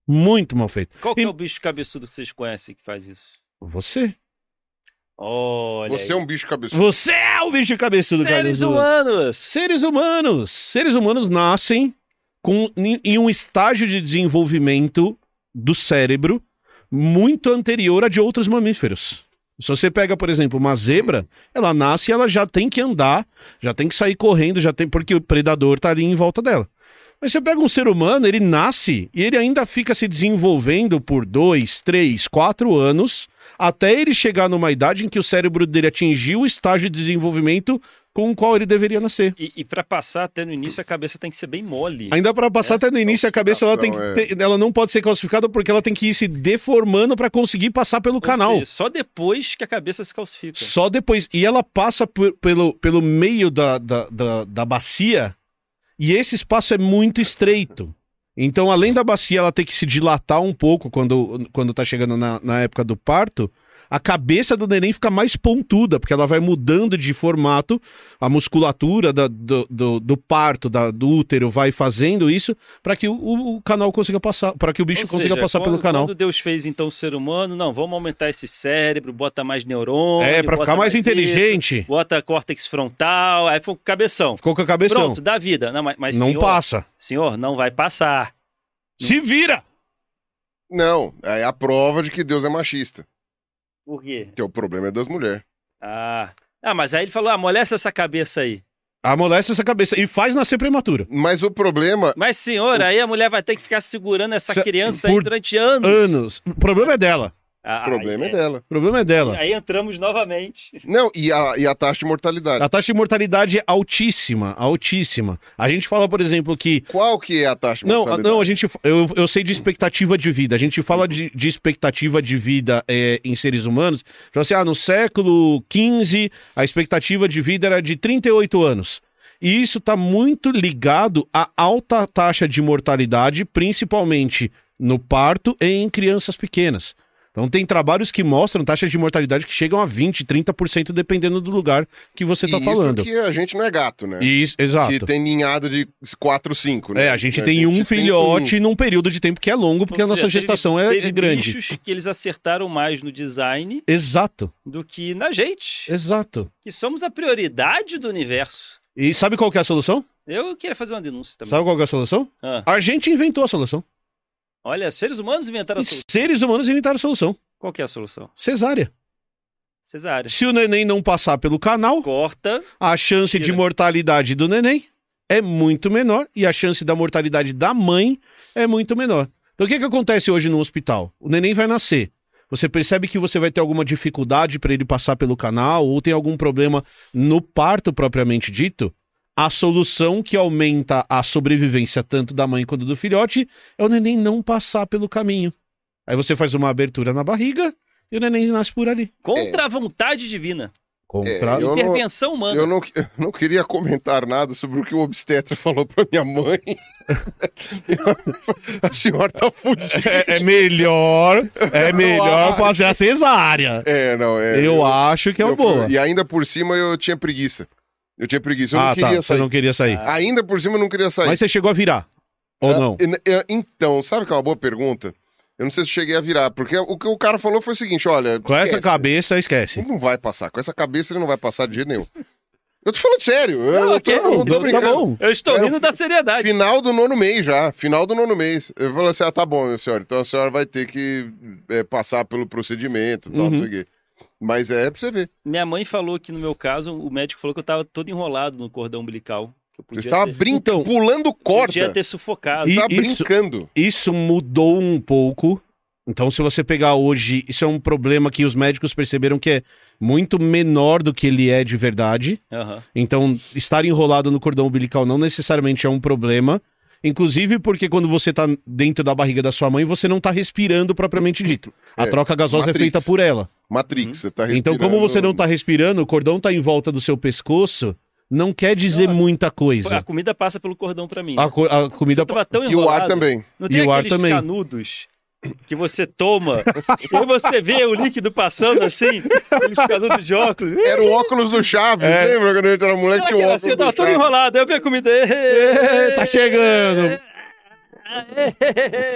S2: Muito mal feito.
S3: Qual que
S2: E-
S3: é o bicho cabeçudo que vocês conhecem que faz isso?
S2: Você?
S3: Olha.
S1: Você é um bicho cabeçudo.
S2: Você é o bicho cabeçudo,
S3: Seres
S2: Carlos Ruas.
S3: humanos.
S2: Seres humanos. Seres humanos nascem com, em, em um estágio de desenvolvimento do cérebro muito anterior a de outros mamíferos. Se você pega, por exemplo, uma zebra, ela nasce e ela já tem que andar, já tem que sair correndo, já tem porque o predador tá ali em volta dela. Mas você pega um ser humano, ele nasce e ele ainda fica se desenvolvendo por dois, três, quatro anos, até ele chegar numa idade em que o cérebro dele atingiu o estágio de desenvolvimento com o qual ele deveria nascer.
S3: E, e pra passar até no início, a cabeça tem que ser bem mole.
S2: Ainda para passar até no início, a cabeça ela tem que
S1: calcificação,
S2: ter- ela não pode ser calcificada porque ela tem que ir se deformando para conseguir passar pelo
S3: Ou
S2: canal.
S3: seja, só depois que a cabeça se calcifica.
S2: Só depois. E ela passa por- pelo, pelo meio da, da, da, da bacia, e esse espaço é muito estreito. Então, além da bacia ela ter que se dilatar um pouco quando, quando tá chegando na, na época do parto, a cabeça do neném fica mais pontuda, porque ela vai mudando de formato, a musculatura da- do, do, do parto, da, do útero, vai fazendo isso para que o, o- o canal consiga passar, para que o bicho
S3: Ou
S2: consiga
S3: seja,
S2: passar pelo
S3: quando-
S2: canal.
S3: Quando Deus fez então o ser humano, não, vamos aumentar esse cérebro, bota mais neurônio.
S2: É, para
S3: bota
S2: ficar mais
S3: isso,
S2: inteligente.
S3: bota córtex frontal, aí foi com cabeção.
S2: Ficou com a cabeça.
S3: Pronto, dá vida. Não, mas, mas
S2: um Não
S3: senhor,
S2: passa.
S3: senhor, não vai passar.
S2: Se vira!
S1: Não, é a prova de que Deus é machista.
S3: Por quê?
S1: Que o problema é das mulheres.
S3: Ah. Ah, mas aí ele falou, ah, molesta essa cabeça aí.
S2: Amolece essa cabeça e faz nascer prematura.
S1: Mas o problema.
S3: Mas, senhor, aí a mulher vai ter que ficar segurando essa
S2: Se-
S3: criança
S2: por
S3: aí durante anos.
S2: Anos. O problema é dela.
S3: Ah,
S1: O problema
S3: aí
S1: é dela.
S2: O problema é dela.
S3: Aí entramos novamente.
S1: Não, e a, e a taxa de mortalidade.
S2: A taxa de mortalidade é altíssima, altíssima. A gente fala, por exemplo, que
S1: Qual que é a taxa de
S2: Não, a-
S1: mortalidade?
S2: não, a gente. fa- Eu, eu sei de expectativa de vida. A gente fala de, de expectativa de vida é, em seres humanos. Tipo assim, ah, no século XV, a expectativa de vida era de 38 anos. E isso está muito ligado à alta taxa de mortalidade, principalmente no parto e em crianças pequenas. Então tem trabalhos que mostram taxas de mortalidade que chegam a 20, 30%, dependendo do lugar que você está
S1: E
S2: tá falando.
S1: Isso que a gente não é gato, né?
S2: Isso, exato.
S1: Que tem ninhada de 4, 5, né?
S2: É, a gente tem um
S1: tem
S2: filhote num período de tempo que é longo, porque
S3: Ou
S2: a nossa
S3: seja, teve-
S2: gestação é,
S3: teve
S2: é grande.
S3: bichos que eles acertaram mais no design
S2: Exato,
S3: do que na
S2: É.
S3: gente,
S2: exato.
S3: que somos a prioridade do universo.
S2: E sabe qual que é a solução?
S3: Eu queria fazer uma denúncia também.
S2: Sabe qual que é a solução?
S3: Ah,
S2: A gente inventou a solução.
S3: olha, seres humanos inventaram a
S2: E
S3: solução.
S2: seres humanos inventaram a solução.
S3: Qual que é a solução?
S2: Cesárea.
S3: Cesárea.
S2: Se o neném não passar pelo canal,
S3: Corta.
S2: a chance de
S3: Tira.
S2: mortalidade do neném é muito menor e a chance da mortalidade da mãe é muito menor. Então o que, que acontece hoje no hospital? O neném vai nascer. Você percebe que você vai ter alguma dificuldade para ele passar pelo canal ou tem algum problema no parto propriamente dito? A solução que aumenta a sobrevivência tanto da mãe quanto do filhote é o neném não passar pelo caminho. Aí você faz uma abertura na barriga e o neném nasce por ali.
S3: Contra a vontade divina.
S2: Contra...
S1: Eu não-
S3: Intervenção humana.
S1: Eu não, eu não queria comentar nada sobre o que o obstetra falou pra minha mãe. a senhora tá fudida.
S2: É, é melhor, é melhor
S1: acho.
S2: fazer a cesárea.
S1: É, não, é.
S2: eu, acho que é
S1: eu
S2: uma
S1: fui-
S2: boa.
S1: E ainda por cima eu tinha preguiça. Eu tinha preguiça, eu não
S2: ah,
S1: queria
S2: tá, você
S1: sair. É,
S2: não queria sair.
S1: Ainda por cima eu não queria sair.
S2: Mas você chegou a virar, ou
S1: Ah,
S2: não?
S1: en- é, Então, sabe que é uma boa pergunta? Eu não sei se eu cheguei a virar, porque o que o cara falou foi o seguinte, olha...
S2: Com essa
S1: esquece.
S2: cabeça, esquece.
S1: Ele não vai passar. Com essa cabeça ele não vai passar de jeito nenhum. Eu tô falando sério. Eu
S3: Não,
S1: não,
S3: ok.
S1: tô, não tô
S2: tá
S1: brincando.
S2: bom.
S3: Eu estou
S1: Era-
S3: rindo da seriedade.
S1: Final do nono mês já. Final do nono mês. Eu falei assim: ah, tá bom, minha senhora. Então a senhora vai ter que é, passar pelo procedimento e tal,
S2: Uhum.
S1: não sei o quê. Mas é pra você ver.
S3: Minha mãe falou que no meu caso, o médico falou que eu tava todo enrolado no cordão umbilical. Que eu
S1: Você
S3: podia
S1: estava
S3: ter,
S1: brincando,
S2: Então,
S1: pulando
S3: Podia
S1: corda.
S3: ter sufocado.
S1: Você
S2: E
S1: tava
S2: isso-
S1: brincando.
S2: Isso mudou um pouco. Então, se você pegar hoje, isso é um problema que os médicos perceberam que é muito menor do que ele é de verdade.
S3: Aham.
S2: Então, estar enrolado no cordão umbilical não necessariamente é um problema. Inclusive porque quando você tá dentro da barriga da sua mãe, você não tá respirando propriamente dito. A
S1: É,
S2: troca gasosa é
S1: Matrix.
S2: feita por ela.
S1: Matrix, você tá respirando.
S2: Então, como você não tá respirando, o cordão tá em volta do seu pescoço, não quer dizer
S3: Nossa.
S2: muita
S3: A
S2: coisa.
S3: comida passa pelo cordão pra mim.
S2: A, co- a comida.
S3: Você tava tão
S1: E o ar
S3: enrolado.
S1: também.
S3: Não tem
S2: E o ar
S3: aqueles
S2: também.
S3: canudos que você toma e aí você vê o líquido passando assim, aqueles canudos de óculos. Ih,
S1: Era o óculos do Chaves, lembra? Quando eu era moleque,
S3: Será
S1: tinha
S3: que
S1: um
S3: era
S1: óculos
S3: assim? Eu
S1: do
S3: tava todo
S1: Chaves.
S3: enrolado, aí eu vi a comida.
S2: É, tá chegando.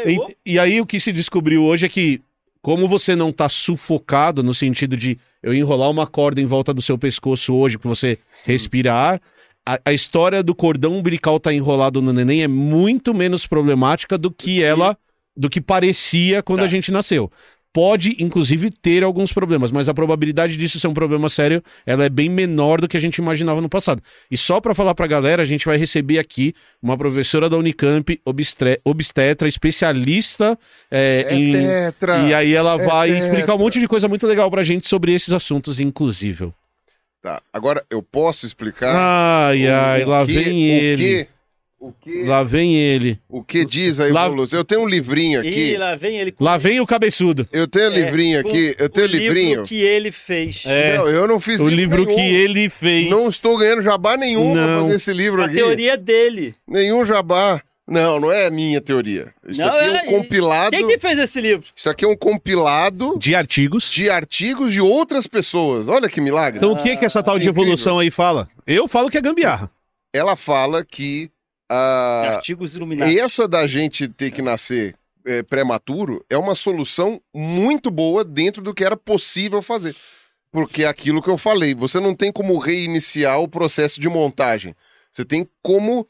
S3: Ent-
S2: E, e aí, o que se descobriu hoje é que, como você não tá sufocado no sentido de eu enrolar uma corda em volta do seu pescoço hoje pra você respirar. A, a história do cordão umbilical tá enrolado no neném é muito menos problemática do que ela, do que parecia quando
S3: Tá.
S2: a gente nasceu. Pode, inclusive, ter alguns problemas, mas a probabilidade disso ser um problema sério, ela é bem menor do que a gente imaginava no passado. E só pra falar pra galera, a gente vai receber aqui uma professora da Unicamp, obstre- obstetra, especialista é,
S1: É
S2: em...
S1: tetra.
S2: E aí ela
S1: é
S2: vai
S1: tetra.
S2: explicar um monte de coisa muito legal pra gente sobre esses assuntos, inclusive.
S1: Tá, agora eu posso explicar.
S2: Ai,
S1: Ah, o-
S2: ai,
S1: o
S2: lá
S1: que-
S2: vem ele.
S1: O que, o que,
S2: Lá vem ele.
S1: o que diz aí
S2: Lá-
S1: o Bolus? Eu tenho um livrinho aqui.
S3: Ih, lá vem ele com
S2: Lá vem o cabeçudo.
S1: Eu tenho um livrinho
S3: É,
S1: aqui.
S3: o-
S1: Eu tenho
S3: o
S1: um livrinho.
S3: livro que ele fez.
S2: É,
S1: Não, eu não fiz
S2: o livro que
S1: nenhum.
S2: ele fez.
S1: Não estou ganhando jabá nenhum pra
S2: Não.
S1: fazer esse livro
S3: a
S1: aqui.
S3: teoria dele.
S1: Nenhum jabá. Não, não é a minha teoria. Isso
S3: Não,
S1: aqui é um
S3: é-
S1: compilado.
S3: Quem que fez esse livro?
S1: Isso aqui é um compilado
S2: De artigos.
S1: de artigos de outras pessoas. Olha que milagre.
S2: Então, o que é que essa tal de
S1: incrível.
S2: evolução aí fala? Eu falo que é gambiarra.
S1: Ela fala que ah, a,
S3: Artigos iluminados.
S1: Essa da gente ter que nascer é, prematuro é uma solução muito boa dentro do que era possível fazer. Porque é aquilo que eu falei, você não tem como reiniciar o processo de montagem. Você tem como,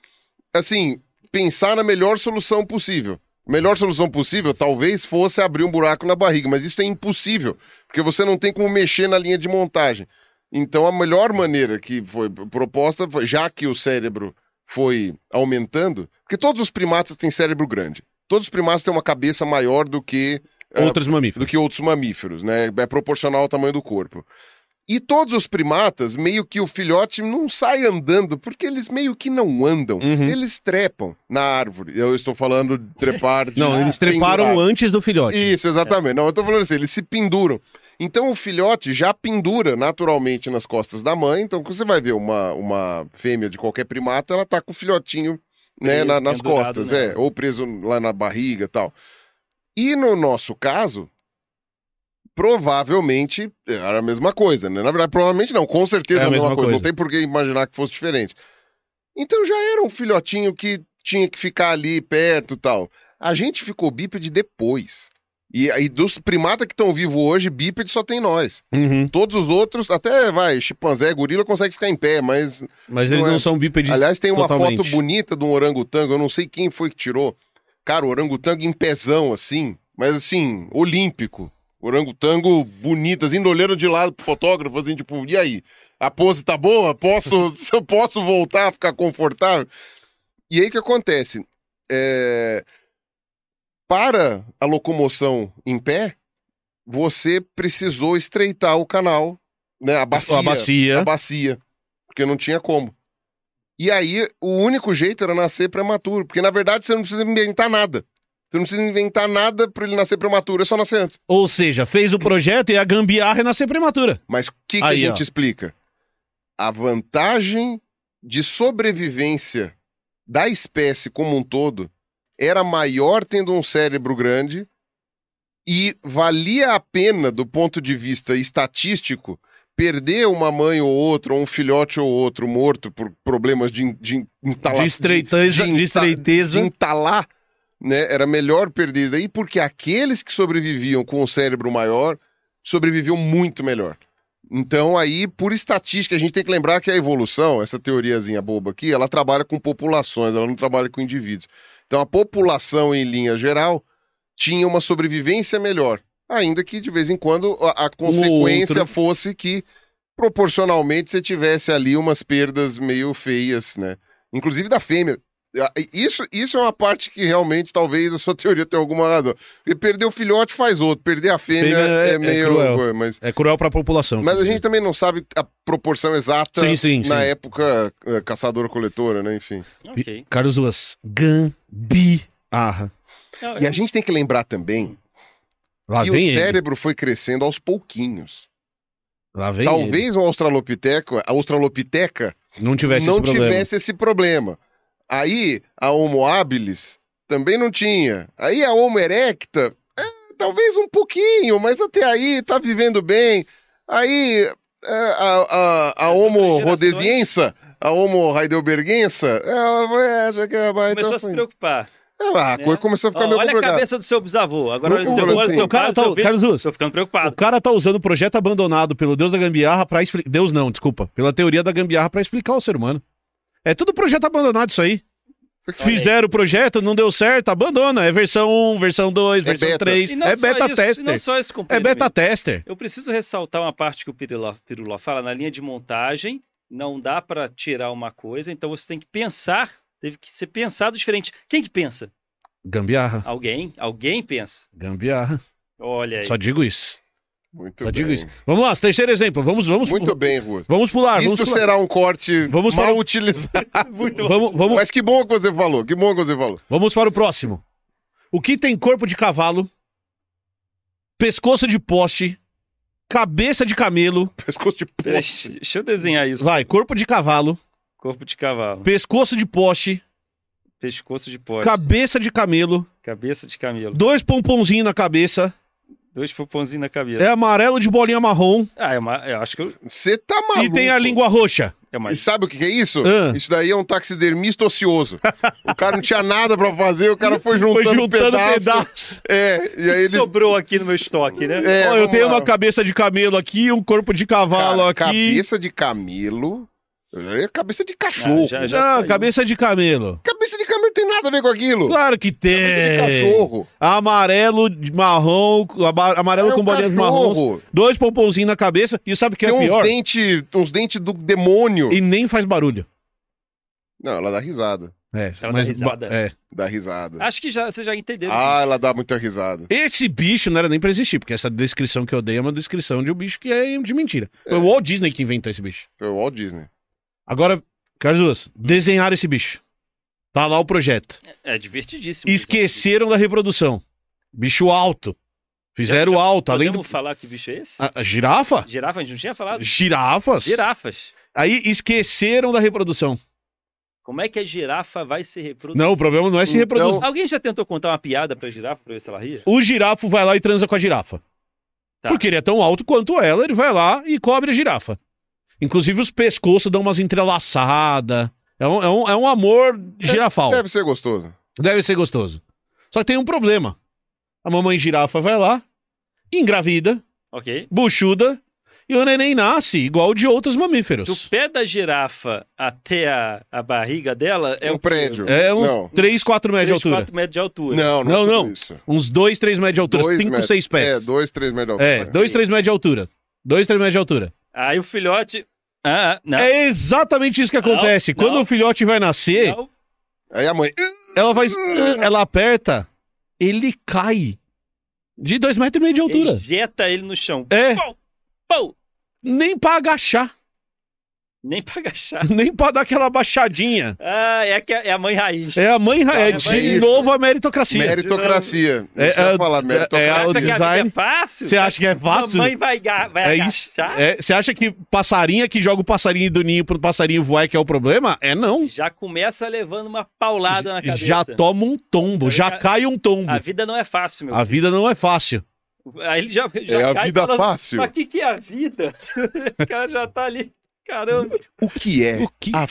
S1: assim, pensar na melhor solução possível. melhor solução possível talvez fosse abrir um buraco na barriga, mas isso é impossível, porque você não tem como mexer na linha de montagem. Então a melhor maneira que foi proposta, foi, já que o cérebro foi aumentando, porque todos os primatas têm cérebro grande. Todos os primatas têm uma cabeça maior do que ah,
S2: Outros mamíferos.
S1: do que outros mamíferos, né? É proporcional ao tamanho do corpo. E todos os primatas, meio que o filhote não sai andando, porque eles meio que não andam.
S2: Uhum.
S1: Eles trepam na árvore. Eu estou falando de trepar de
S2: Não, eles treparam
S1: pendurar.
S2: antes do filhote.
S1: Isso, exatamente. Não, eu tô falando assim, eles se penduram. Então o filhote já pendura naturalmente nas costas da mãe. Então quando você vai ver uma, uma fêmea de qualquer primata, ela tá com o filhotinho né,
S3: Preso,
S1: na- nas
S3: pendurado,
S1: costas,
S3: né?
S1: é, ou preso lá na barriga e tal. E no nosso caso, provavelmente é, era a mesma coisa, né? Na verdade, provavelmente não, com certeza
S2: É
S1: era a mesma, coisa. Não tem por que imaginar que fosse diferente. Então já era um filhotinho que tinha que ficar ali perto e tal. A gente ficou bípede depois. E, e dos primatas que estão vivos hoje, bípede só tem nós.
S2: Uhum.
S1: Todos os outros, até vai, chimpanzé, gorila consegue ficar em pé, mas
S2: Mas eles
S1: Não é.
S2: não são bípedes.
S1: Aliás, tem uma
S2: Totalmente.
S1: foto bonita de um orangotango, eu não sei quem foi que tirou. Cara, o orangotango em pezão, assim, mas assim, olímpico. Orangotango bonito, assim, olhando de lado pro fotógrafo, assim, tipo, e aí? A pose tá boa? Posso, se eu posso voltar a ficar confortável? E aí o que acontece? É, Para a locomoção em pé, você precisou estreitar o canal, né? A bacia. É
S2: A bacia.
S1: A bacia. Porque não tinha como. E aí, o único jeito era nascer prematuro. Porque, na verdade, você não precisa inventar nada. Você não precisa inventar nada pra ele nascer prematuro, é só nascer antes.
S2: Ou seja, fez o projeto e a gambiarra é nascer prematura.
S1: Mas o que, que a
S2: Aí, ó.
S1: gente explica? A vantagem de sobrevivência da espécie como um todo era maior tendo um cérebro grande e valia a pena, do ponto de vista estatístico, perder uma mãe ou outra, ou um filhote ou outro morto por problemas de, en- de entala-
S2: De estreiteza- de
S1: enta-
S2: estreiteza.
S1: de entalar, né? Era melhor perder isso daí, porque aqueles que sobreviviam com o cérebro maior sobreviviam muito melhor. Então, aí, por estatística, a gente tem que lembrar que a evolução, essa teoriazinha boba aqui, ela trabalha com populações, ela não trabalha com indivíduos. Então, a população, em linha geral, tinha uma sobrevivência melhor. Ainda que, de vez em quando, a, a consequência
S2: Um outro.
S1: fosse que, proporcionalmente, você tivesse ali umas perdas meio feias, né? Inclusive da fêmea. Ah, Isso, isso é uma parte que realmente talvez a sua teoria tenha alguma razão. Porque perder o filhote faz outro, perder a fêmea,
S2: Fêmea
S1: é,
S2: é- é
S1: meio.
S2: cruel.
S1: coisa, mas
S2: É cruel pra população.
S1: mas a gente também não sabe a proporção exata
S2: Sim, sim,
S1: na
S2: sim.
S1: época eh, caçadora-coletora, né? Enfim.
S3: Ok.
S2: Carlos Luas. Gambiarra.
S3: Não,
S1: E a gente tem que lembrar também
S2: Lá
S1: que o
S2: vem ele.
S1: cérebro foi crescendo aos pouquinhos.
S2: Lá vem ele.
S1: Talvez o australopiteco, a australopiteca
S2: Não tivesse
S1: não
S2: esse problema.
S1: tivesse esse problema. Aí a Homo habilis também não tinha. Aí a Homo erecta, é, talvez um pouquinho, mas até aí tá vivendo bem. Aí é, a, a, a Homo
S3: gerações-
S1: rhodesiensa, a Homo heidelberguensa, ela vai achar que ela vai.
S3: Começou
S1: Então,
S3: a se
S1: foi-
S3: preocupar.
S1: Ah, a
S3: né?
S1: coisa começou a ficar
S3: Ó,
S1: meio
S3: olha a
S1: complicada.
S3: cabeça do seu bisavô. Agora
S1: Não,
S3: olha o teu-
S1: não,
S3: olha o
S1: não.
S3: teu cara,
S2: Cara, tá-
S3: seu filho.
S2: Carlos Luz.
S3: Tô ficando
S2: O
S3: preocupado.
S2: cara tá usando o projeto abandonado pelo Deus da gambiarra pra explicar. Deus não, desculpa. Pela teoria da gambiarra pra explicar o ser humano. É tudo projeto abandonado isso aí. Fizeram o projeto, não deu certo, abandona. É versão 1, versão 2,
S1: É
S2: versão
S1: beta.
S2: 3.
S3: E não
S2: É
S3: só
S2: beta
S3: isso, e não
S2: tester.
S3: só isso,
S2: É
S3: companheiro.
S2: beta tester.
S3: Eu preciso ressaltar uma parte que o Pirula, Pirula fala na linha de montagem. Não dá para tirar uma coisa, então você tem que pensar. Teve que ser pensado diferente. Quem que pensa?
S2: Gambiarra.
S3: Alguém? Alguém pensa.
S2: Gambiarra.
S3: Olha
S1: É.
S3: aí.
S2: Só digo isso.
S1: Muito
S2: Só
S1: bem.
S2: digo isso. Vamos lá, terceiro exemplo. Vamos, vamos,
S1: Muito bem, Ruas.
S2: vamos pular. Vamos
S1: Isso
S2: pular.
S1: será um corte
S2: Vamos
S1: mal
S2: falar-
S1: utilizado.
S3: Muito
S2: Vamos, vamos,
S1: Mas que bom que você falou, que bom que você falou.
S2: vamos para o próximo. O que tem corpo de cavalo, pescoço de poste, cabeça de camelo.
S1: Pescoço de
S3: Peraí,
S1: poste.
S3: deixa eu desenhar isso.
S2: Vai, corpo de cavalo,
S3: Corpo de cavalo,
S2: pescoço de poste,
S3: pescoço de poste,
S2: cabeça de camelo,
S3: cabeça de camelo,
S2: dois pomponzinhos na cabeça,
S3: dois poponzinhos na cabeça.
S2: é amarelo de bolinha marrom
S3: Ah, é uma, eu acho que eu,
S1: Você tá maluco.
S2: e tem a língua roxa.
S3: é uma
S1: E sabe o que que é isso?
S2: Ah.
S1: Isso daí é um taxidermista ocioso. o cara não tinha nada pra fazer, o cara foi juntando,
S2: Foi juntando
S1: pedaço.
S2: pedaço.
S1: É, e aí ele...
S3: sobrou aqui no meu estoque, né?
S1: É,
S2: Ó, eu
S1: vamos
S2: tenho
S1: lá.
S2: uma cabeça de camelo aqui, um corpo de cavalo
S1: Cara,
S2: aqui.
S1: Cabeça de camelo É cabeça de cachorro.
S3: Ah, já-
S2: não,
S3: saiu.
S2: cabeça de camelo.
S1: Cabeça de câmera não tem nada a ver com aquilo.
S2: Claro que
S1: Cabeça de
S2: tem.
S1: cachorro.
S2: Amarelo, de marrom, aba- amarelo
S1: É um
S2: com bolinhas
S1: cachorro.
S2: marrons. Dois pomponzinhos na cabeça. E sabe o que
S1: tem
S2: é pior?
S1: uns dentes uns dente do demônio.
S2: E nem faz barulho.
S1: Não, ela dá risada.
S2: É,
S3: dá
S2: mas
S3: risada.
S2: ba- é.
S1: Dá risada.
S3: Acho que já, vocês já entenderam.
S1: Ah, ela dá muita risada.
S2: Esse bicho não era nem pra existir, porque essa descrição que eu dei é uma descrição de um bicho que é de mentira. Foi o Walt Disney que inventou esse bicho.
S1: Foi É o Walt Disney.
S2: Agora, Carlos, desenharam esse bicho. Tá lá o projeto.
S3: É divertidíssimo. então,
S2: Esqueceram da reprodução. Bicho alto. Fizeram alto, além
S3: Podemos
S2: do. Ah.
S3: falar que bicho é esse?
S2: A, a girafa?
S3: Girafa, a gente não tinha falado.
S2: Girafas?
S3: Girafas.
S2: Aí esqueceram da reprodução.
S3: Como é que a girafa vai se reproduzir?
S2: Não, o problema não é se
S1: Então-
S2: reproduzir.
S3: Alguém já tentou contar uma piada pra girafa pra ver se ela ria?
S2: O girafo vai lá e transa com a girafa.
S3: Tá.
S2: Porque ele é tão alto quanto ela, ele vai lá e cobre a girafa. Inclusive os pescoços dão umas entrelaçadas. É um, é um- é um amor girafal.
S1: Deve ser gostoso.
S2: Deve ser gostoso. Só que tem um problema. A mamãe girafa vai lá, engravida,
S3: Ok.
S2: buchuda, e o neném nasce igual o de outros
S3: Do
S2: mamíferos.
S3: pé da girafa até a, a barriga dela é
S1: um
S3: o quê?
S1: prédio.
S2: É uns
S1: Não.
S2: 3, 4 metros de
S3: Três,
S2: altura.
S3: quatro metros de altura.
S1: Não,
S2: Não,
S1: não, tudo
S2: não.
S1: isso.
S2: Uns 2, 3 metros de altura.
S1: Dois
S2: 5,
S1: metros.
S2: 6
S1: É,
S2: pés.
S1: dois, três metros de
S2: É,
S1: altura.
S2: 2, 3 metros de altura. 2, 3 metros de altura.
S3: Aí o filhote. Ah, ah, não.
S2: É exatamente isso que
S3: Não,
S2: acontece.
S3: não.
S2: Quando o filhote vai nascer,
S3: Não.
S1: Aí a mãe.
S2: ela faz. Ela aperta, ele cai. De 2 metros e meio de altura.
S3: Ejeta ele no chão.
S2: É.
S3: Pou, pou.
S2: Nem pra agachar.
S3: Nem pra agachar.
S2: Nem pra dar aquela baixadinha.
S3: Ah, é, que é a mãe raiz.
S2: É a mãe Raed.
S3: Sabe,
S2: De
S1: isso.
S2: novo a meritocracia.
S1: Meritocracia.
S2: É,
S1: É,
S2: é,
S1: é, falar,
S2: é,
S3: Acha
S2: o
S3: que
S1: meritocracia.
S3: a vida
S2: design-
S3: é fácil?
S2: Você acha que é fácil?
S3: A mãe vai, ga- vai
S2: É isso.
S3: agachar?
S2: É, Você acha que passarinha que joga o passarinho do ninho pro passarinho voar é que é o problema? É não.
S3: Já começa levando uma paulada na cabeça.
S2: Já toma um tombo, já
S3: Já-
S2: cai um tombo.
S3: A vida não é fácil, meu.
S2: A vida não é fácil.
S3: Aí ele já, já
S1: É a
S3: cai
S1: vida
S3: falando,
S1: fácil.
S3: Mas o que, que é a vida? o cara já tá ali. Caramba.
S1: O que é?
S2: O que
S1: a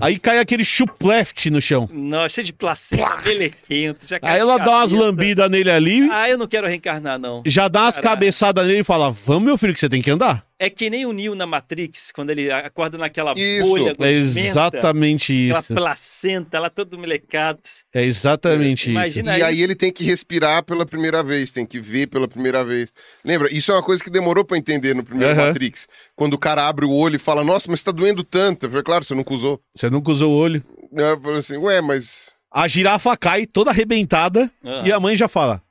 S2: Aí cai aquele chupleft no chão.
S3: Nossa, é cheio de placenta. Ele é quente. Já cai
S2: Aí
S3: de
S2: ela dá umas
S3: cabeça.
S2: lambidas nele ali,
S3: Ah, eu não quero reencarnar, não.
S2: já dá umas
S3: Caralho.
S2: cabeçadas nele e fala: Vamos, meu filho, que você tem que andar.
S3: É que nem o Neo na Matrix, quando ele acorda naquela
S1: Isso.
S3: bolha.
S2: É
S3: gosmenta,
S2: exatamente
S3: Aquela
S2: isso.
S3: placenta, lá todo melecado.
S2: É exatamente é isso.
S3: Imagina-
S1: E aí ele tem que respirar pela primeira vez, tem que ver pela primeira vez. Lembra? Isso é uma coisa que demorou pra entender no primeiro
S2: Aham.
S1: Matrix. Quando o cara abre o olho e fala, nossa, mas tá doendo tanto. Eu falei, claro, você nunca usou.
S2: Você nunca usou o olho.
S1: Aí Eu falei assim, ué, mas
S2: A girafa cai toda arrebentada
S3: Ah,
S2: e a mãe já fala: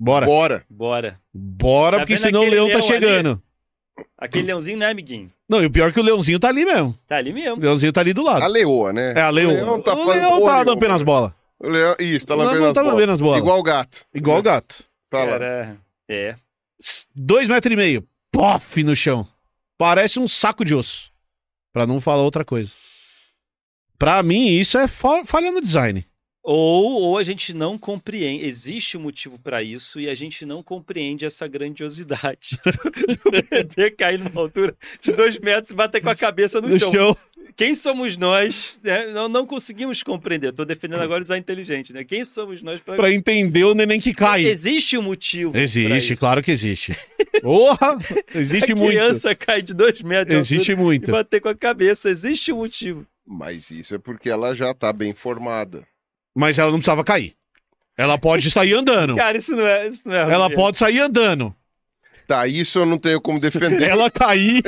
S2: Bora.
S1: bora.
S3: Bora.
S2: Bora,
S3: Tá
S2: porque
S3: vendo
S2: senão o
S3: aquele
S2: leão tá
S3: leão ali?
S2: chegando.
S3: Aquele leãozinho, né, amiguinho?
S2: Não, e o pior é que o leãozinho tá ali mesmo.
S3: Tá ali mesmo.
S2: O leãozinho tá ali do
S1: A
S2: lado.
S1: leoa, né?
S2: É, a leão.
S1: O leão tá
S2: o
S1: fazendo
S2: leão tá
S1: olho.
S2: lambendo as bolas.
S1: O leão- Isso, tá
S2: Não,
S1: lambendo
S2: não
S1: as
S2: tá
S1: bolas.
S2: lambendo as bolas.
S1: Igual o gato.
S2: Igual o gato. né?
S1: Tá lá.
S3: Era- É.
S2: Dois metros e meio. Pof no chão. Parece um saco de osso. Pra não falar outra coisa. Pra mim, isso é fa- falha no design.
S3: Ou, ou a gente não compreende, existe um motivo para isso e a gente não compreende essa grandiosidade do, do bebê cair numa altura de dois metros e bater com a cabeça no,
S2: No
S3: chão.
S2: chão.
S3: Quem somos nós? né? não, não conseguimos compreender. Estou defendendo agora o design inteligente, né? Quem somos nós para.
S2: Pra entender o neném que cai.
S3: Existe um motivo. pra
S2: Existe,
S3: isso.
S2: claro que existe. Porra! Existe
S3: a
S2: muito.
S3: criança cai de dois metros de
S2: Existe
S3: altura e
S2: muito.
S3: bater com a cabeça. Existe um motivo.
S1: Mas isso é porque ela já tá bem formada.
S2: Mas ela não precisava cair. Ela pode sair andando.
S3: Cara, isso não é. Isso não é
S2: Ela
S3: argumento.
S2: pode sair andando.
S1: Tá, isso eu não tenho como defender.
S2: Ela cair.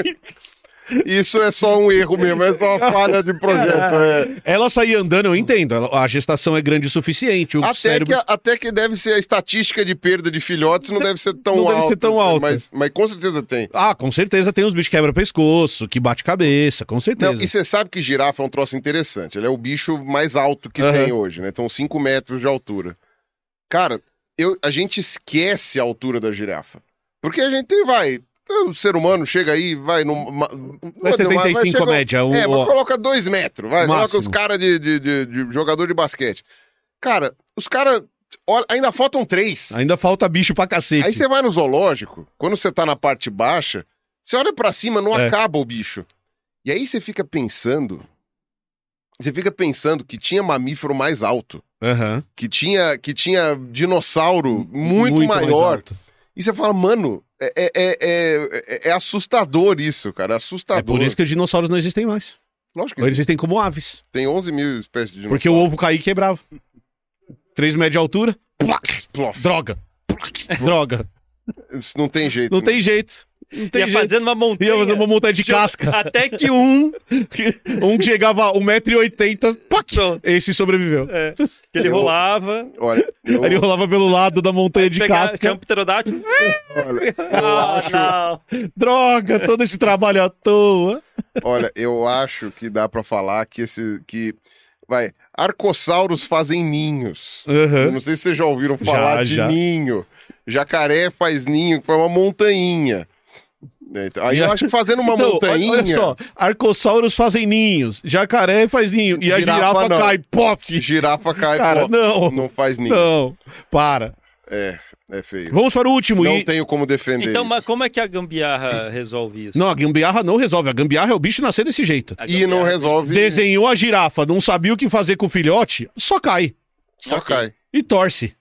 S1: Isso é só um erro mesmo, é só uma falha de projeto. é.
S2: Ela sair andando, eu entendo. Ela- a gestação é grande o suficiente. O
S1: Até, que,
S2: cérebro.
S1: a- até que deve ser a estatística de perda de filhotes não deve ser tão
S2: Não deve
S1: alta.
S2: ser tão
S1: assim,
S2: alta.
S1: Mas, mas com certeza tem.
S2: Ah, com certeza tem uns bichos que quebra pescoço, que bate cabeça, com certeza.
S1: Não, Então, e você sabe que girafa é um troço interessante. Ele é o bicho mais alto que
S2: Aham.
S1: tem hoje, né? São 5 metros de altura. Cara, eu, a gente esquece a altura da girafa. Porque a gente vai. O ser humano chega aí, vai num. ma-
S2: Vai
S1: vai num- vai-
S2: 75
S1: chega-
S2: a média, um-
S1: é,
S2: ó.
S1: mas coloca dois metros, vai. Coloca
S2: Máximo.
S1: os caras de, de- de- de jogador de basquete. Cara, os caras. Ainda faltam três.
S2: Ainda falta bicho pra cacete.
S1: Aí você vai no zoológico, quando você tá na parte baixa, você olha pra cima, não
S2: É.
S1: acaba o bicho. E aí você fica pensando, você fica pensando que tinha mamífero mais alto,
S2: Aham.
S1: que tinha, que tinha dinossauro muito,
S2: mais
S1: maior.
S2: alto.
S1: e você fala, mano, É, é- é- é- é- é assustador isso, cara.
S2: É
S1: Assustador.
S2: por isso que os dinossauros não existem mais.
S1: Lógico que
S2: Eles existem como aves.
S1: tem 11 mil espécies de
S2: Porque o ovo caía e quebrava. 3 metros de altura, plac,
S1: Plof.
S2: droga. plac, droga.
S1: Isso não tem jeito.
S2: Não
S1: né?
S2: tem jeito. Não tem
S3: Ia
S2: jeito.
S3: fazendo uma montanha.
S2: Ia fazer uma montanha de casca.
S3: Até que um.
S2: Um que chegava a 1,80m, plac,
S3: Pronto.
S2: esse sobreviveu.
S3: É, que ele
S1: Eu-
S3: rolava.
S1: né? Olha, eu,
S2: Aí ele rolava pelo lado da montanha de
S3: pegava, tinha um
S2: casca.
S3: pterodátilo.
S1: olha,
S3: Ah, não.
S2: Droga, todo esse trabalho à toa.
S1: olha, eu acho que dá pra falar que esse. que Vai, arcossauros fazem ninhos. Eu não sei se vocês já ouviram falar de
S2: já.
S1: ninho. Jacaré faz ninho, que foi uma montanha. É, então, aí eu acho que fazendo uma
S2: Então,
S1: montanha.
S2: olha- Olha só, arcossauros fazem ninhos, jacaré faz ninho, e a
S1: Girafa
S2: girafa,
S1: não.
S2: cai, pof!
S1: Girafa cai,
S2: Cara,
S1: pô,
S2: não.
S1: não faz ninho.
S2: Não, para.
S1: É, é feio.
S2: Vamos para o último.
S1: Não
S2: e-
S1: tenho como defender
S3: Então,
S1: isso.
S3: mas como é que a gambiarra resolve isso?
S2: não, a gambiarra não resolve. A gambiarra é o bicho nascer desse jeito.
S3: A
S1: E não
S3: gambiarra-
S1: resolve,
S2: Desenhou a girafa, não sabia o que fazer com o filhote, só cai.
S1: só
S3: Ok.
S1: cai.
S2: E torce.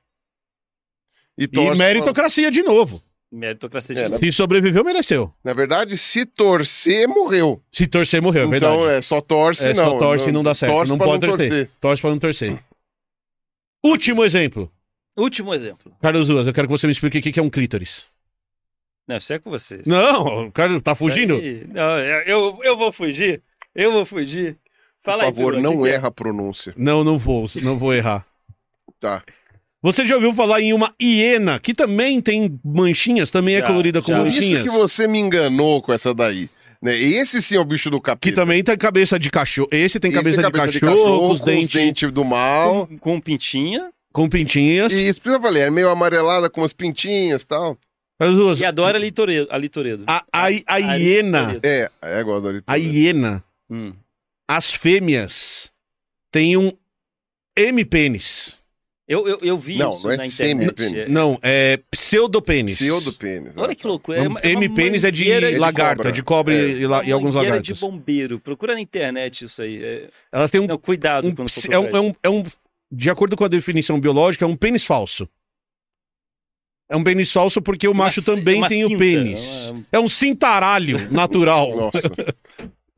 S1: E,
S2: E
S1: torce pra-
S2: meritocracia de novo.
S3: Meritocracia
S1: É,
S3: de
S1: né?
S2: Se sobreviveu, mereceu.
S1: Na verdade, se torcer, morreu.
S2: Se torcer, morreu, é verdade.
S1: então, é, só torce,
S2: É,
S1: não.
S2: só torce e não dá certo.
S1: Torce
S2: não
S1: pra
S2: pode
S1: não
S2: torcer.
S1: torcer.
S2: Torce pra não torcer. Último exemplo.
S3: Último exemplo.
S2: Carlos Duas, eu quero que você me explique o que que é um clítoris.
S3: Não, isso é com vocês.
S2: Não, o cara tá fugindo?
S3: Isso aí- Não, eu, eu vou fugir. Eu vou fugir. Fala
S1: Por favor,
S3: aí, Dudu, o
S1: não
S3: que é? que
S1: erra a pronúncia.
S2: Não, não vou, não vou errar.
S1: Tá.
S2: Você já ouviu falar em uma hiena, que também tem manchinhas, também é
S3: Já,
S2: colorida com
S3: já.
S1: Por isso
S2: manchinhas.
S1: que você me enganou com essa daí. Né? Esse sim é o bicho do
S2: Que
S1: capeta.
S2: também tem cabeça de cachorro. Esse tem
S1: Esse é
S2: cabeça, de,
S1: cabeça
S2: cachorro, com os dentes,
S1: do mal.
S3: Com, com pintinha.
S2: com pintinhas.
S1: E isso que eu falei, é meio amarelada com umas pintinhas e tal.
S2: As duas.
S3: E
S2: A,
S3: adora a Litoredo. A Litoredo.
S2: a, a
S3: A
S2: hiena,
S3: Litoredo.
S1: É, é igual a Doritura.
S2: a hiena,
S3: Hum.
S2: as fêmeas têm um M-pênis.
S3: Eu, eu, eu vi
S1: Não,
S3: isso
S1: não é
S3: na
S1: semi,
S3: internet.
S1: pênis.
S3: É-
S2: Não, é pseudopênis.
S1: Pseudopênis.
S3: Olha que loucura.
S2: Um M-pênis é de lagarta,
S1: cobra.
S2: de cobre
S1: É.
S2: e, la- e alguns
S3: mangueira de
S2: lagartos.
S3: bombeiro. Procura na internet isso aí. É-
S2: Elas têm um
S3: Não, cuidado
S2: um
S3: quando for
S2: ps- é, um,
S3: procurar
S2: é um- é um- de acordo com a definição biológica, é um pênis falso. É um pênis falso porque o
S3: Uma
S2: macho
S3: ci-
S2: também
S3: uma
S2: tem o
S3: cinta,
S2: pênis.
S3: é uma-
S2: É um cintaralho natural.
S1: Nossa.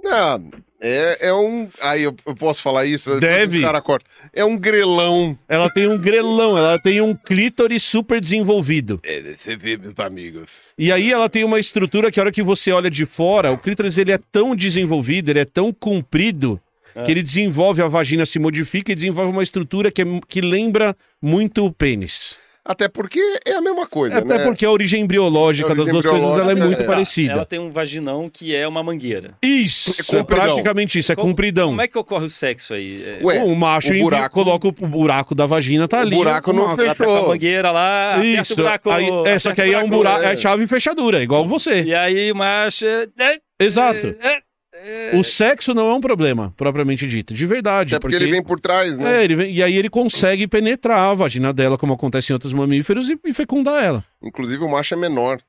S1: Não, é, é um. Aí eu, eu posso falar isso? Depois
S2: Deve.
S1: os cara corta. É um grelão.
S2: ela tem um grelão, ela tem um clítoris super desenvolvido.
S1: É, você vê, meus amigos.
S2: E aí ela tem uma estrutura que a hora que você olha de fora, o clítoris ele é tão desenvolvido, ele é tão comprido,
S3: É.
S2: que ele desenvolve, a vagina se modifica e desenvolve uma estrutura que, é mu- que lembra muito o pênis.
S1: Até porque é a mesma coisa,
S2: Até
S1: né?
S2: porque a origem embriológica
S1: A origem
S2: das duas coisas ela é
S1: embriológica,
S2: muito
S1: é.
S2: parecida.
S3: Ela tem um vaginão que é uma mangueira.
S2: Isso,
S1: É compridão.
S2: é praticamente isso, é
S3: Como-
S2: compridão.
S3: Como é que ocorre o sexo aí? É,
S1: Ué,
S2: o macho
S1: o
S2: envia-
S1: buraco-
S2: coloca o buraco da vagina, tá
S1: O
S2: ali.
S1: buraco
S2: o
S1: não
S2: macho-
S3: ela tá com a
S1: fechou.
S3: mangueira lá, aperta
S2: Isso,
S3: o buraco.
S2: aí- é, só
S3: aperta
S2: que aí é um
S1: buraco,
S2: buraco, é
S1: é.
S2: a chave e fechadura, igual você.
S3: E aí, macho. é-
S2: Exato.
S3: é-
S2: O sexo não é um problema, propriamente dito, de verdade.
S1: Até porque ele vem por trás, né?
S2: É, ele vem- e aí ele consegue penetrar a vagina dela, como acontece em outros mamíferos, e, e fecundar ela.
S1: Inclusive o macho é menor.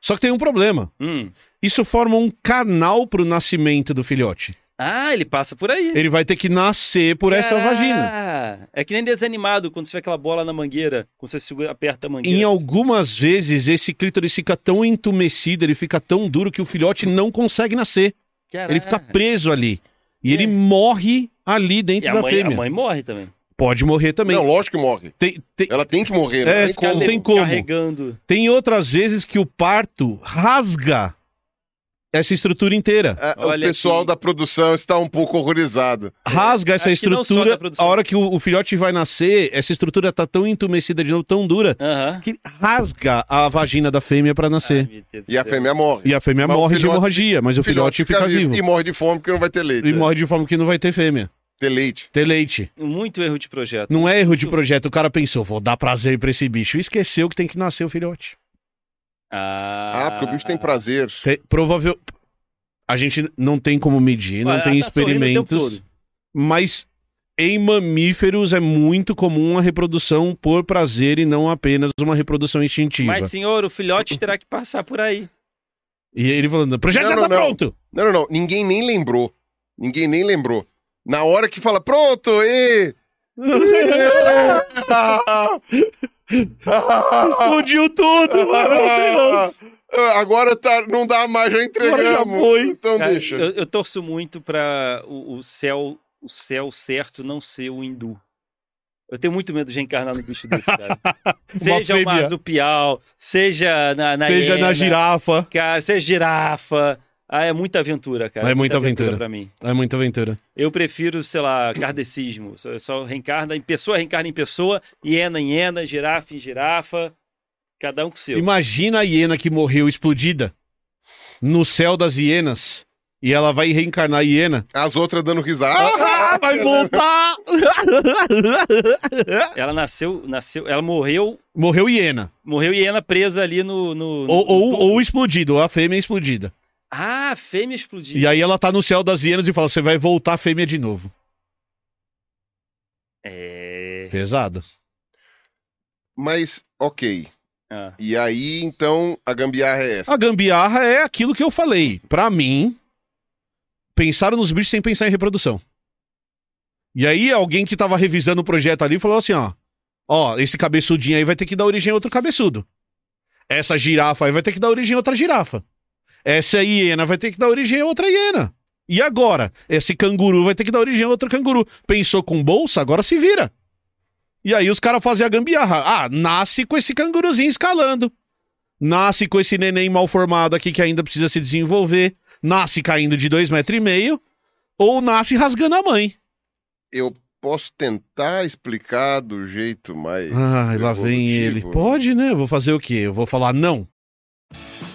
S2: Só que tem um problema.
S3: Hum.
S2: Isso forma um canal pro nascimento do filhote.
S3: Ah, ele passa por aí.
S2: Ele vai ter que nascer por essa
S3: Caraca!
S2: vagina.
S3: É que nem desanimado quando você vê aquela bola na mangueira, quando você segura, aperta a mangueira.
S2: Em algumas vezes, esse clítoris fica tão entumecido, ele fica tão duro que o filhote não consegue nascer.
S3: Caraca.
S2: Ele fica preso ali. E
S3: É.
S2: ele morre ali
S3: E
S2: dentro
S3: a
S2: da
S3: mãe, a
S2: fêmea.
S3: mãe morre também.
S2: Pode morrer também.
S1: Não, lógico que morre.
S2: Tem, tem-
S1: Ela tem que morrer, não
S2: É,
S1: tem
S2: fica-
S1: como.
S2: não tem como.
S3: Carregando.
S2: tem outras vezes que o parto rasga essa estrutura inteira.
S1: Ah, o
S3: Olha
S1: pessoal
S3: aqui.
S1: da produção está um pouco horrorizado.
S2: Rasga essa
S3: É, acho que não só da
S2: estrutura. A
S3: produção.
S2: hora que o, o filhote vai nascer, essa estrutura tá tão entumecida de novo, tão dura,
S3: Aham.
S2: que rasga a vagina da fêmea para
S3: Ai,
S2: nascer.
S3: meu Deus do
S1: E a
S3: céu.
S1: fêmea morre.
S2: e a fêmea
S1: Mas o
S2: morre de
S1: filhote-
S2: hemorragia, mas o filhote, fica, vivo.
S1: E morre de fome porque não vai ter leite.
S2: E
S1: é.
S2: morre de forma que não vai ter fêmea.
S1: Ter leite.
S2: Ter leite.
S3: Muito erro de projeto.
S2: Não é erro de projeto. O cara pensou, vou dar prazer pra esse bicho. E esqueceu que tem que nascer o filhote.
S3: Ah,
S1: Ah, porque o bicho tem prazer.
S2: Te- provável. A gente não tem como medir, não
S3: Ué,
S2: tem
S3: ela tá sorrindo o tempo
S2: experimentos.
S3: todo.
S2: Mas em mamíferos é muito comum a reprodução por prazer e não apenas uma reprodução instintiva.
S3: Mas, senhor, o filhote terá que passar por aí.
S2: E ele falando, o projeto
S1: Não,
S2: já
S1: não,
S2: tá
S1: não.
S2: pronto!
S1: Não, não, não. Ninguém nem lembrou. Ninguém nem lembrou. Na hora que fala, pronto, e...
S2: Explodiu tudo, mano! Meu Deus.
S1: Ah, Agora tá, não dá mais, já entregamos.
S2: foi.
S1: Então
S3: Cara,
S1: deixa.
S3: Eu, eu torço muito pra o, o céu o céu certo não ser o hindu. Eu tenho muito medo de reencarnar no bicho desse, cara. seja o mar
S2: fêmea.
S3: do Piau, seja na, na
S2: Seja
S3: hiena,
S2: na girafa.
S3: Cara, seja girafa. Ah, é muita aventura, cara.
S2: É muita aventura.
S3: pra mim.
S2: É muita aventura.
S3: Eu prefiro, sei lá, kardecismo. Só, só reencarna em pessoa, reencarna em pessoa, hiena em hiena, girafa em girafa. Cada um com o seu.
S2: Imagina a hiena que morreu explodida no céu das hienas. E ela vai reencarnar a hiena.
S1: As outras dando risada.
S2: Ah, vai voltar!
S3: Ela nasceu, nasceu, ela morreu,
S2: Morreu hiena.
S3: morreu hiena presa ali no. no- no-
S2: Ou, ou,
S3: no-
S2: ou explodido, ou a fêmea explodida.
S3: Ah, a fêmea explodiu.
S2: E aí ela tá no céu das hienas e fala: você vai voltar fêmea de novo.
S3: É.
S2: Pesado.
S1: Mas, ok.
S3: Ah.
S1: E aí, então, a gambiarra é essa.
S2: A gambiarra é aquilo que eu falei. Pra mim, pensaram nos bichos sem pensar em reprodução. E aí alguém que tava revisando o projeto ali falou assim, ó, ó, esse cabeçudinho aí vai ter que dar origem a outro cabeçudo. Essa girafa aí vai ter que dar origem a outra girafa. Essa hiena vai ter que dar origem a outra hiena. E agora? Esse canguru vai ter que dar origem a outro canguru. Pensou com bolsa, agora se vira. E aí os caras fazem a gambiarra. Ah, nasce com esse canguruzinho escalando nasce com esse neném mal formado aqui que ainda precisa se desenvolver, nasce caindo de dois metros e meio, ou nasce rasgando a mãe.
S1: Eu posso tentar explicar do jeito mais.
S2: Ai, Ah, lá vem ele.
S1: evolutivo.
S2: Pode, né? Eu vou fazer o quê? Eu vou falar não.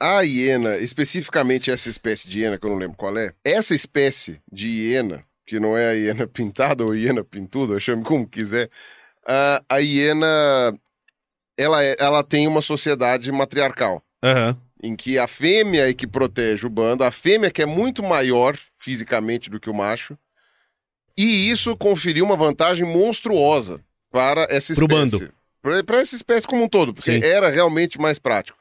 S1: A hiena, especificamente essa espécie de hiena, que eu não lembro qual é, essa espécie de hiena, que não é a hiena pintada ou hiena pintuda, chame como quiser, a, a hiena, ela, é- ela tem uma sociedade matriarcal,
S2: Aham.
S1: em que a fêmea é que protege o bando, a fêmea que é muito maior fisicamente do que o macho, e isso conferiu uma vantagem monstruosa para essa espécie.
S2: Pro bando.
S1: Pra- Pra essa espécie como um todo, porque
S2: Sim.
S1: era realmente mais prático.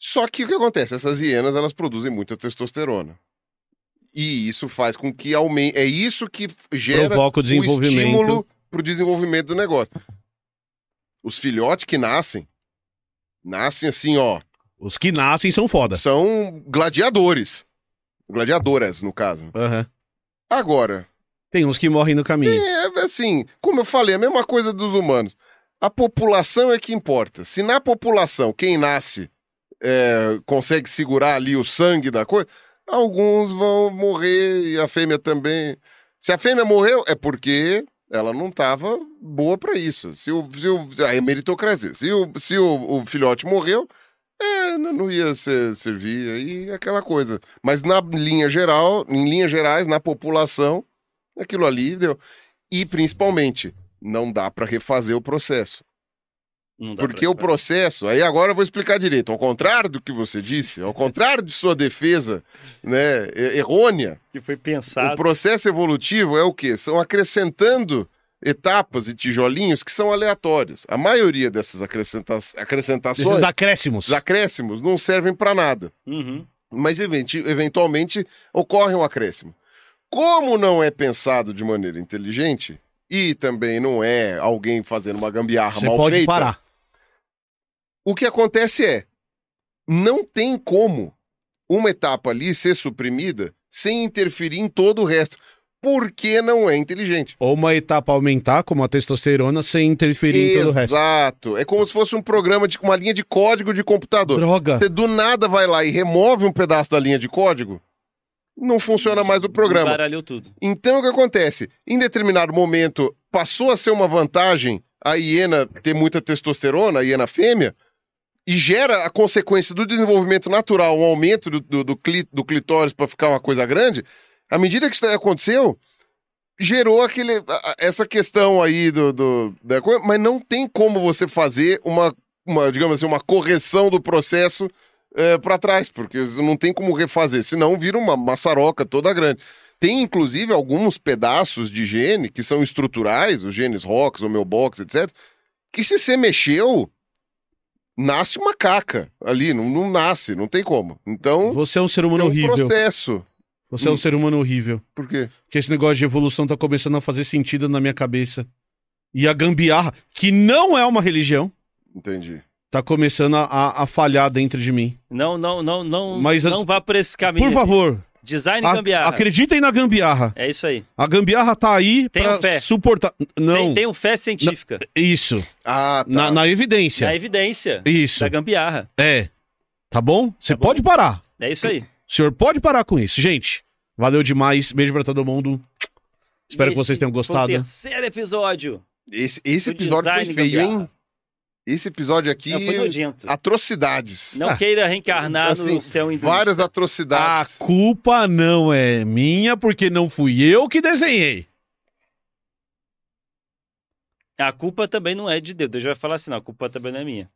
S1: Só que o que acontece? Essas hienas, elas produzem muita testosterona. E isso faz com que aumente. É isso que gera
S2: Provoca o desenvolvimento.
S1: estímulo para o desenvolvimento do negócio. Os filhotes que nascem, nascem assim, ó.
S2: Os que nascem são foda.
S1: São gladiadores. Gladiadoras, no caso.
S2: Aham.
S1: Agora,
S2: Tem uns que morrem no caminho.
S1: é assim, como eu falei, a mesma coisa dos humanos. A população é que importa. Se na população quem nasce é, consegue segurar ali o sangue da coisa, alguns vão morrer e a fêmea também. Se a fêmea morreu, é porque ela não estava boa para isso. Se o, se o, a meritocracia. Se o, se o, o filhote morreu, é, não não ia ser, servir aí aquela coisa. Mas na linha geral, em linhas gerais, na população, aquilo ali deu. E principalmente, não dá para refazer o processo.
S3: Não dá
S1: Porque
S3: pra-
S1: o processo, aí agora eu vou explicar direito, ao contrário do que você disse, ao contrário de sua defesa, né, e- errônea,
S3: que foi pensado.
S1: o processo evolutivo é o quê? São acrescentando etapas e tijolinhos que são aleatórios. A maioria dessas acrescenta-
S2: Esses
S1: acrescentações,
S2: acréscimos.
S1: os acréscimos, não servem para nada
S3: Uhum.
S1: mas eventi- eventualmente ocorre um acréscimo. Como não é pensado de maneira inteligente, e também não é alguém fazendo uma gambiarra
S2: Você
S1: mal
S2: pode
S1: feita,
S2: parar.
S1: o que acontece é, não tem como uma etapa ali ser suprimida sem interferir em todo o resto. porque não é inteligente.
S2: Ou uma etapa aumentar, como a testosterona, sem interferir em todo o resto.
S1: Exato. É como se fosse um programa de uma linha de código de computador.
S2: Droga.
S1: Você do nada vai lá e remove um pedaço da linha de código, não funciona mais o programa.
S3: Baralhou tudo.
S1: Então o que acontece? Em determinado momento, passou a ser uma vantagem a hiena ter muita testosterona, a hiena fêmea, e gera a consequência do desenvolvimento natural, um aumento do, do, do cli- do clitóris para ficar uma coisa grande. À medida que isso daí aconteceu, gerou aquele, a- a- essa questão aí do, do- da coisa, mas não tem como você fazer uma, uma digamos assim, uma correção do processo para trás, porque não tem como refazer, senão vira uma maçaroca toda grande. Tem, inclusive, alguns pedaços de gene que são estruturais, os genes ROX, homeobox, etc., que se você mexeu, nasce uma caca ali, não, não nasce, não tem como. Então,
S2: Você é um ser humano
S1: é um
S2: horrível.
S1: processo.
S2: Você é um ser humano horrível.
S1: Por quê?
S2: Porque esse negócio de evolução tá começando a fazer sentido na minha cabeça. E a gambiarra, que não é uma religião,
S1: Entendi.
S2: tá começando a- a, a falhar dentro de mim.
S3: Não, não, não, não,
S2: Mas
S3: não
S2: as-
S3: vá por esse caminho.
S2: Por favor,
S3: Design
S2: a-
S3: gambiarra.
S2: acreditem na gambiarra.
S3: É isso aí.
S2: A gambiarra tá aí
S3: Tenham
S2: pra
S3: fé.
S2: suportar. Não,
S3: Tem, tem um fé científica.
S2: isso.
S1: Ah, tá.
S2: Na, na evidência.
S3: Na evidência
S2: Isso.
S3: da gambiarra.
S2: É. Tá bom? Você
S3: bom.
S2: pode parar.
S3: É isso aí.
S2: O senhor pode parar com isso. Gente, valeu demais. Beijo pra todo mundo. Espero que
S3: Esse
S2: vocês tenham
S3: foi o
S2: gostado.
S3: terceiro episódio.
S1: Esse, esse
S3: do
S1: episódio foi
S3: design
S1: feio,
S3: gambiarra.
S1: hein? Esse episódio aqui.
S3: Não, foi nojento.
S1: atrocidades.
S3: Não
S2: Ah,
S3: queira reencarnar
S1: Assim,
S3: no céu Ah. em
S1: Várias
S2: A
S1: atrocidades.
S2: culpa não é minha, porque não fui eu que desenhei.
S3: A culpa também não é de Deus. Deus vai falar assim, não, a culpa também não é minha.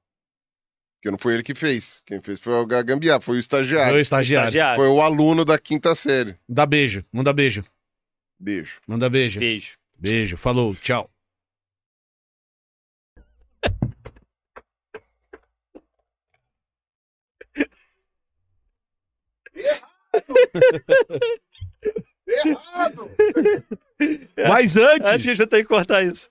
S1: Porque não foi ele que fez. Quem fez foi o Gambiar, foi o
S2: Meu
S1: estagiário.
S2: estagiário.
S3: Estagiário,
S1: Foi o aluno da quinta série.
S2: Dá beijo. Manda beijo.
S1: Beijo.
S2: Manda beijo.
S3: beijo.
S2: Beijo. Falou. Tchau.
S1: Errado!
S2: Mas
S3: Acho que a gente vai ter que cortar isso.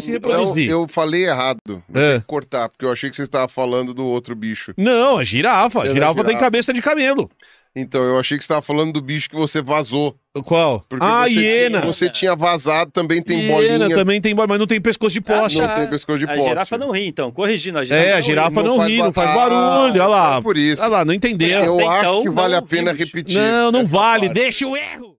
S2: se reproduzir.
S1: eu falei errado. Vou
S2: É.
S1: ter que cortar, porque eu achei que você estava falando do outro bicho.
S2: Não, é girafa.
S1: Ela é
S2: girafa tem
S1: girafa.
S2: cabeça de camelo.
S1: Então, eu achei que você estava falando do bicho que você vazou.
S2: Qual?
S1: Porque
S2: Ah,
S1: você, tinha-
S2: hiena.
S1: você tinha vazado, também tem
S2: hiena
S1: bolinha.
S2: também tem bolinha, mas não tem pescoço de poste.
S1: não tem pescoço de
S3: A
S1: poste.
S3: girafa não ri, então. Corrigindo, a girafa
S2: é,
S3: não
S2: a
S3: ri.
S2: girafa não,
S1: faz
S2: ri, não faz
S1: barulho.
S2: barulho. Olha lá.
S1: É por isso.
S2: Olha lá, não entendeu.
S1: Eu
S3: Então,
S1: acho que
S3: não
S1: vale a pena
S3: vimos.
S1: repetir.
S2: Não, não
S1: essa
S2: vale.
S1: parte.
S2: Deixa o erro.